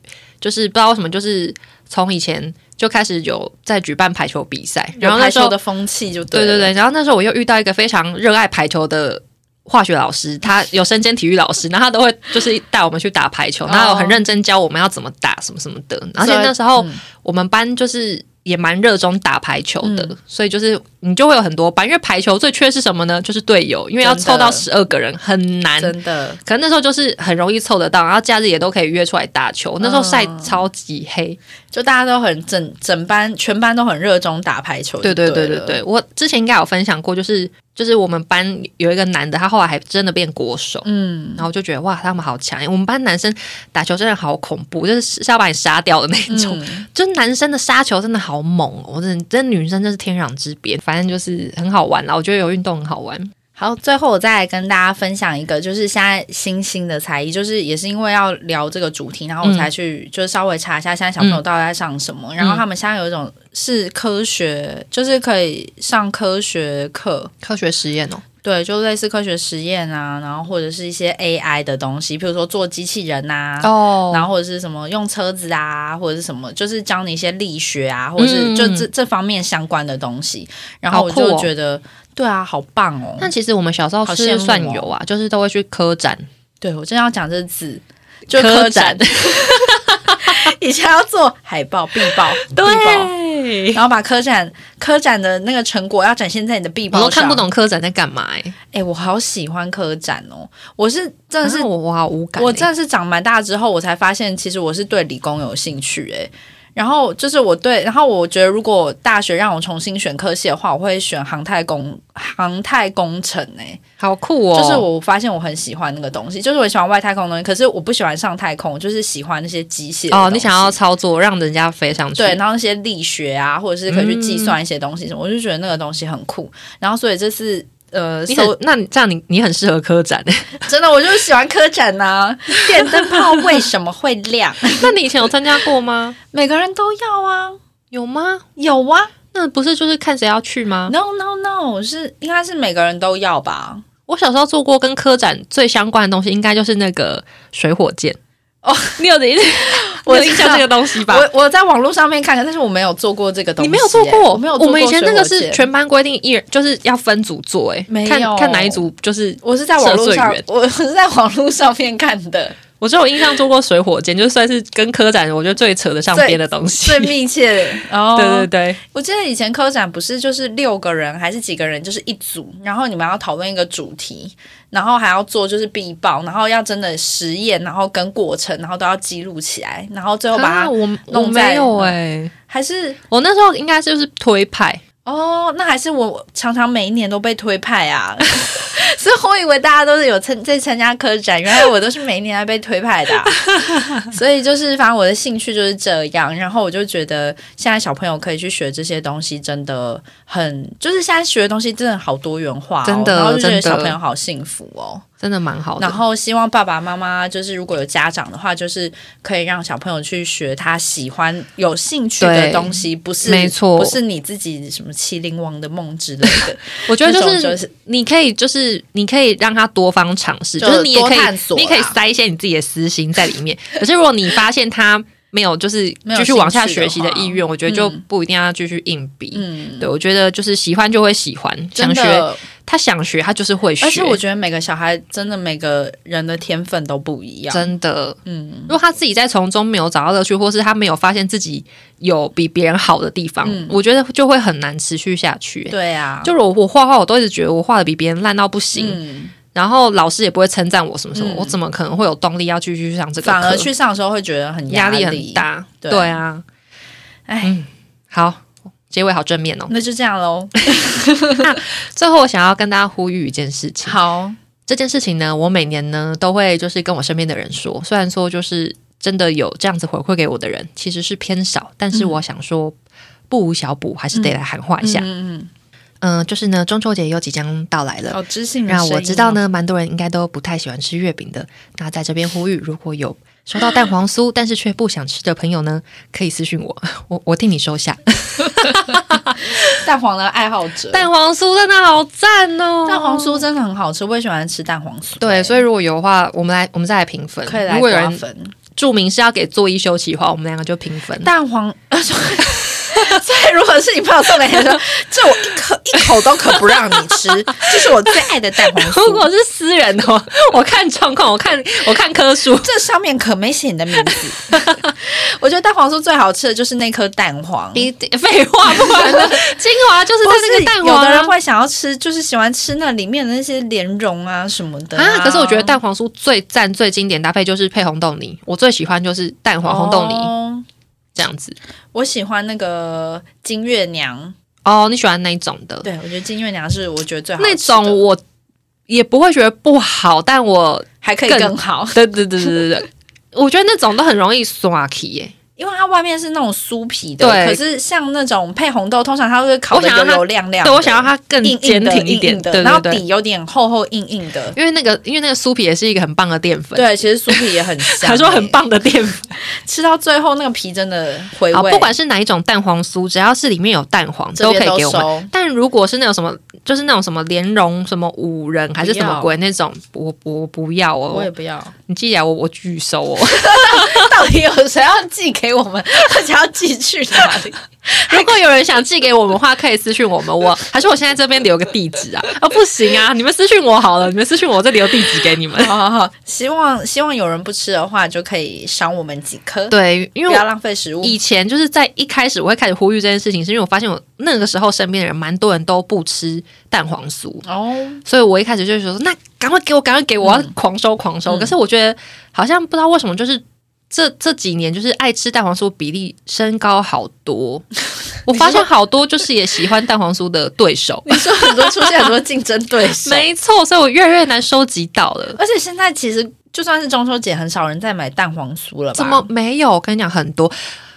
S1: 就是不知道为什么，就是从以前就开始有在举办排球比赛，然后
S2: 有
S1: 那
S2: 排
S1: 时候
S2: 球的风气就
S1: 对对
S2: 对了
S1: 对，然后那时候我又遇到一个非常热爱排球的化学老师， 他有身兼体育老师，然后他都会就是带我们去打排球，
S2: 哦
S1: 然后很认真教我们要怎么打什么什么的。而且
S2: 所以
S1: 那时候
S2: 嗯
S1: 我们班就是也蛮热衷打排球的，
S2: 嗯
S1: 所以就是你就会有很多班，因为排球最缺是什么呢？就是队友，因为要
S2: 真的
S1: 凑到十二个人很难。
S2: 真的
S1: 可能那时候就是很容易凑得到，然后假日也都可以约出来打球。那时
S2: 啊
S1: 候晒超级黑，
S2: 就大家都很整整班全班都很热衷打排球就
S1: 对
S2: 对
S1: 对对对
S2: 了，
S1: 对，我之前应该有分享过，就是就是我们班有一个男的，他后来还真的变国手，
S2: 嗯，
S1: 然后我就觉得哇，他们好强！欸我们班男生打球真的好恐怖，就是是要把你杀掉的那种，
S2: 嗯
S1: 就是男生的杀球真的好猛哦！我真的，真的女生真是天壤之别，反正就是很好玩啦。我觉得有运动很好玩，
S2: 好，最后我再来跟大家分享一个，就是现在新兴的才艺，就是也是因为要聊这个主题，然后我
S1: 嗯
S2: 才去、就是稍微查一下现在小朋友到底在上什么，然后他们现在有一种是科学，就是可以上科学课，
S1: 科学实验哦，
S2: 对，就类似科学实验啊，然后或者是一些 AI 的东西，譬如说做机器人啊呐、
S1: 哦
S2: 然后或者是什么用车子啊，或者是什么，就是教你一些力学啊，或者是
S1: 嗯
S2: 就这、这方面相关的东西。然后
S1: 好
S2: 我
S1: 酷哦
S2: 就觉得，对啊，好棒哦！
S1: 但其实我们小时候
S2: 好
S1: 是
S2: 羡慕
S1: 不是算
S2: 哦
S1: 有啊，就是都会去科展，
S2: 对我正要讲这字，就
S1: 科
S2: 科展， 以前要做海报、壁 报、壁报，
S1: 对。
S2: 然后把科展科展的那个成果要展现在你的壁
S1: 我
S2: 报
S1: 都
S2: 上。
S1: 看不。懂科展在干嘛哎、欸，
S2: 哎、我好喜欢科展哦！我是真的是
S1: 啊我我好无感欸、
S2: 我真的是长蛮大之后，我才发现其实我是对理工有兴趣诶、然后就是我对，然后我觉得如果大学让我重新选科系的话，我会选航太工航太工程诶、
S1: 好酷哦！
S2: 就是我发现我很喜欢那个东西，就是我喜欢外太空的东西，可是我不喜欢上太空，我就是喜欢那些机械的
S1: 哦，
S2: 东
S1: 你
S2: 西
S1: 想要操作，让人家飞上去。嗯
S2: 对，然后那些力学啊，或者是可以去计算一些东西什么，我就觉得那个东西很酷。然后所以这次呃，
S1: 你
S2: 搜
S1: 很，那你这样你你很适合科 展。
S2: 真的我就是喜欢科展呐、 电灯泡为什么会亮？
S1: 那你以前有参加过吗？
S2: 每个人都要啊。
S1: 有吗？
S2: 有啊
S1: 那不是就是看谁要去吗？
S2: ，No No No，是应该是每个人都要吧？
S1: 我小时候做过跟科展最相关的东西，应该就是那个水火箭。哦， 你有的，我印象这个东西吧？
S2: 我我在网络上面看看，但是我没有做过这个东西、
S1: 你没有做
S2: 欸
S1: 过，
S2: 我没有做
S1: 我
S2: 过
S1: 们以前那个是
S2: 水火箭
S1: 全班规定一人就是要分组做、欸，
S2: 没有
S1: 看看哪一组就是
S2: 我是在网络
S1: 涉
S2: 上
S1: 罪员，
S2: 我是在网络上面看的，
S1: 我只有印象做过水火箭，就算是跟科展我觉得最啊扯得上边的东西。
S2: 最密切的。哦
S1: 对对对，
S2: 我记得以前科展不是就是六个人还是几个人，就是一组，然后你们要讨论一个主题，然后还要做就是必报，然后要真的实验，然后跟过程，然后都要记录起来，然后最后把它、
S1: 啊我我
S2: 弄在
S1: 没有哎、
S2: 还是
S1: 我那时候应该就是推派，
S2: 哦，那还是我常常每一年都被推派啊， 所以我以为大家都是有参在参加科展，原来我都是每一年还被推 派的啊、所以就是反正我的兴趣就是这样，然后我就觉得现在小朋友可以去学这些东西，真的很就是现在学的东西真的好多元化、哦，
S1: 真的
S2: 然后就觉得
S1: 真的
S2: 小朋友好幸福哦。
S1: 真的蛮好的。
S2: 然后希望爸爸妈妈就是如果有家长的话，就是可以让小朋友去学他喜欢、有兴趣的
S1: 对
S2: 东西，不是
S1: 没错
S2: 不是你自己什么麒麟王的梦之类的。
S1: 我觉得就
S2: 那种就是
S1: 你可以，就是你可以让他多方尝试，
S2: 就
S1: 就是你也可
S2: 多探
S1: 以，
S2: 索啦
S1: 你可以塞一些你自己的私心在 里面。可是如果你发现他没有，就是
S2: 没有
S1: 继续往下学习的
S2: 兴趣的话
S1: 意愿，我觉得就不一定要继续硬逼。
S2: 嗯，
S1: 对，我觉得就是喜欢就会喜欢，
S2: 真
S1: 想学
S2: 的，
S1: 他想学，他就是会学。
S2: 而且我觉得每个小孩真的每个人的天分都不一样。
S1: 真的，
S2: 嗯，
S1: 如果他自己在从中没有找到乐趣，或是他没有发现自己有比别人好的地方，
S2: 嗯
S1: 我觉得就会很难持续下去、欸
S2: 对啊，
S1: 就是我我画画，我都一直觉得我画的比别人烂到不行，
S2: 嗯，
S1: 然后老师也不会称赞我什么什么，
S2: 嗯
S1: 我怎么可能会有动力要继续上这个课？
S2: 反而去上的时候会觉得很
S1: 压
S2: 力
S1: 力很。大，
S2: 对
S1: 对啊。
S2: 哎
S1: 嗯，好，结尾好正面哦。
S2: 那就这样喽。
S1: 最后，我想要跟大家呼吁一件事情，
S2: 好，
S1: 这件事情呢，我每年呢都会就是跟我身边的人说，虽然说就是真的有这样子回馈给我的人其实是偏少，但是我想说。不无小补，还是得来喊话一下。
S2: 嗯嗯嗯
S1: 嗯、就是呢，中秋节又即将到来了
S2: 嗯，，好知性的
S1: 那
S2: 声音哦。
S1: 我知道呢，蛮多人应该都不太喜欢吃月饼的。那在这边呼吁，如果有收到蛋黄酥，但是却不想吃的朋友呢，可以私信我， 我我替你收下。
S2: 蛋黄的爱好者，
S1: 蛋黄酥真的好赞哦！
S2: 蛋黄酥真的很好吃，我也喜欢吃蛋黄酥。
S1: 对，所以如果有的话，我们来我们再来评分。
S2: 可以来
S1: 如果有
S2: 瓜
S1: 人
S2: 分。
S1: 注明是要给做一休息的话，我们两个就平分。
S2: 蛋黄， 所以如果是你朋友送给你说，这我一口一口都可不让你 吃，这是我最爱的蛋黄
S1: 如
S2: 酥，
S1: 果是私人的话， 我看状况，我看我看科 数。
S2: 这上面可没写你的名字。 我觉得蛋黄酥最好吃的就是那颗蛋黄。
S1: 一定废话，不然 呢？精华就是它那个蛋黄、
S2: 有
S1: 啊。
S2: 的人会想要吃，就是喜欢吃那里面的那些莲蓉啊什么的
S1: 啊！可是我觉得蛋黄酥最赞、最经典搭配就是配红豆泥，我最喜欢就是蛋黄红豆泥、
S2: 哦
S1: 这样子。
S2: 我喜欢那个金月娘，
S1: 哦，你喜欢那一种的？
S2: 对我觉得金月娘是我觉得最好吃的
S1: 那种我也不会觉得不好，但我
S2: 还可以
S1: 更
S2: 更好，
S1: 对对对对对对， 我觉得那种都很容易刷起耶。
S2: 因为它外面是那种酥皮的，
S1: 对
S2: 可是像那种配红豆，通常它会烤的
S1: 我想要
S2: 油
S1: 它
S2: 油亮亮的，
S1: 对，我想要它更
S2: 硬
S1: 坚
S2: 硬的
S1: 挺一点，
S2: 硬硬的
S1: 对
S2: 然后
S1: 对对。
S2: 底有点厚厚硬硬的。
S1: 因为那个，因为那个酥皮也是一个很棒的淀粉，，
S2: 对，其实酥皮也 很香、欸
S1: 他说很，棒的淀粉。
S2: 吃到最后那个皮真的回
S1: 好，
S2: 味，
S1: 啊哦不管是哪一种蛋黄酥，只要是里面有蛋黄，
S2: 这
S1: 都可
S2: 边
S1: 以
S2: 都
S1: 给我们。
S2: 收。
S1: 但如果是那种什么，就是那种什么莲蓉、什么五仁还是什
S2: 不
S1: 么
S2: 要
S1: 鬼那种，我我不要
S2: 我也
S1: 哦！
S2: 不要，
S1: 你寄来我我拒收哦。
S2: 到底有谁要寄给我们？而且要寄去哪 里？
S1: 如果有人想寄给我们的话，可以私信我们。我还是我现在这边留个地址啊？ 啊，不行啊！你们私信我好了，你们私信我，我再留地址给你们。
S2: 好好好，希望希望有人不吃的话，就可以赏我们几颗，
S1: 对，因
S2: 不
S1: 为
S2: 要
S1: 我
S2: 浪费食物。
S1: 以前就是在一开始我会开始呼吁这件事情，是因为我发现我那个时候身边的人蛮多人都不吃蛋黄酥，
S2: 哦，
S1: 所以我一开始就是说，那赶快给我，赶快给我，要狂收狂收。
S2: 嗯
S1: 可是我觉得好像不知道为什么，就是这这几年就是爱吃蛋黄酥比例升高好 多。我发现好多就是也喜欢蛋黄酥的对手，
S2: 你说很多出现很多竞争对 手，
S1: 没错，所以我越来越难收集到了。
S2: 而且现在其实就算是中秋节，很少人在买蛋黄酥了吧？
S1: 怎么没有？我跟你讲，很多。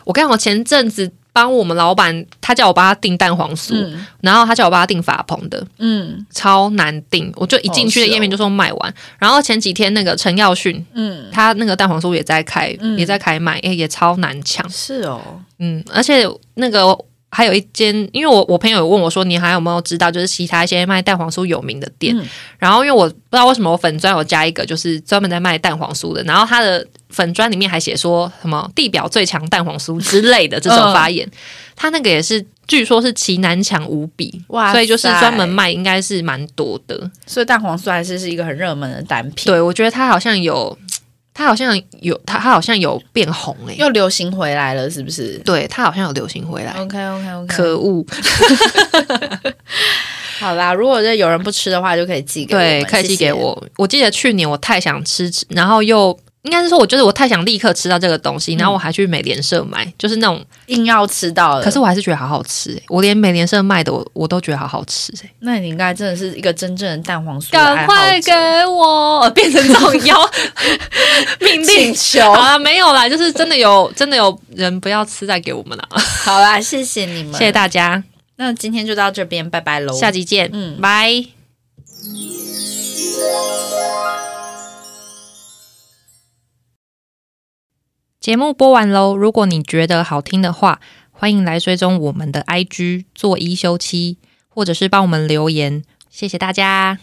S1: 我跟你讲，我前阵子帮我们老板，他叫我帮他订蛋黄酥，
S2: 嗯
S1: 然后他叫我帮他订法鹏的，
S2: 嗯
S1: 超难订。我就一进去
S2: 哦
S1: 的
S2: 是哦
S1: 页面就说卖完。然后前几天那个陈耀迅，
S2: 嗯，
S1: 他那个蛋黄酥也在开，
S2: 嗯
S1: 也在开卖，也也超难抢。
S2: 是哦，
S1: 嗯，而且那个还有一间，因为我我朋友有问我说，你还有没有知道就是其他一些卖蛋黄酥有名的店？
S2: 嗯
S1: 然后因为我不知道为什么我粉砖有加一个，就是专门在卖蛋黄酥的，然后他的粉砖里面还写说什么地表最强蛋黄酥之类的这种
S2: 嗯
S1: 发言，他那个也是据说是奇难强无比，
S2: 哇
S1: 所以就是
S2: 塞
S1: 专门卖应该是蛮多的。
S2: 所以蛋黄酥还是是一个很热门的单品，，
S1: 对，我觉得他好像有，他好像有，他他好像有变红诶、
S2: 又流行回来了，是不是
S1: 对他好像有流行回来。
S2: ？OK OK OK，
S1: 可恶，
S2: 好啦，如果这有人不吃的话，就可以寄给我
S1: 对，
S2: 们，
S1: 可以寄
S2: 谢谢
S1: 给。我。我记得去年我太想吃，然后又应该是说，我就是我太想立刻吃到这个东西，然后我还去美联社买，就是那种，呃
S2: 硬要吃到了，
S1: 可是我还是觉得好好吃、欸，我连美联社卖的我我都觉得好好吃、欸，
S2: 那你应该真的是一个真正的蛋黄酥的
S1: 赶
S2: 爱好
S1: 快给
S2: 者，
S1: 我变成这种 妖命
S2: 请
S1: 令。
S2: 求。
S1: 好啦，没有啦，就是真的 有真的有人不要吃再给我们啦，
S2: 好啦，谢谢你们，
S1: 谢谢大家，
S2: 那今天就到这边，拜拜喽，
S1: 下集见，
S2: 嗯
S1: 拜、节目播完喽，如果你觉得好听的话，欢迎来追踪我们的 IG 做一休七，或者是帮我们留言，谢谢大家。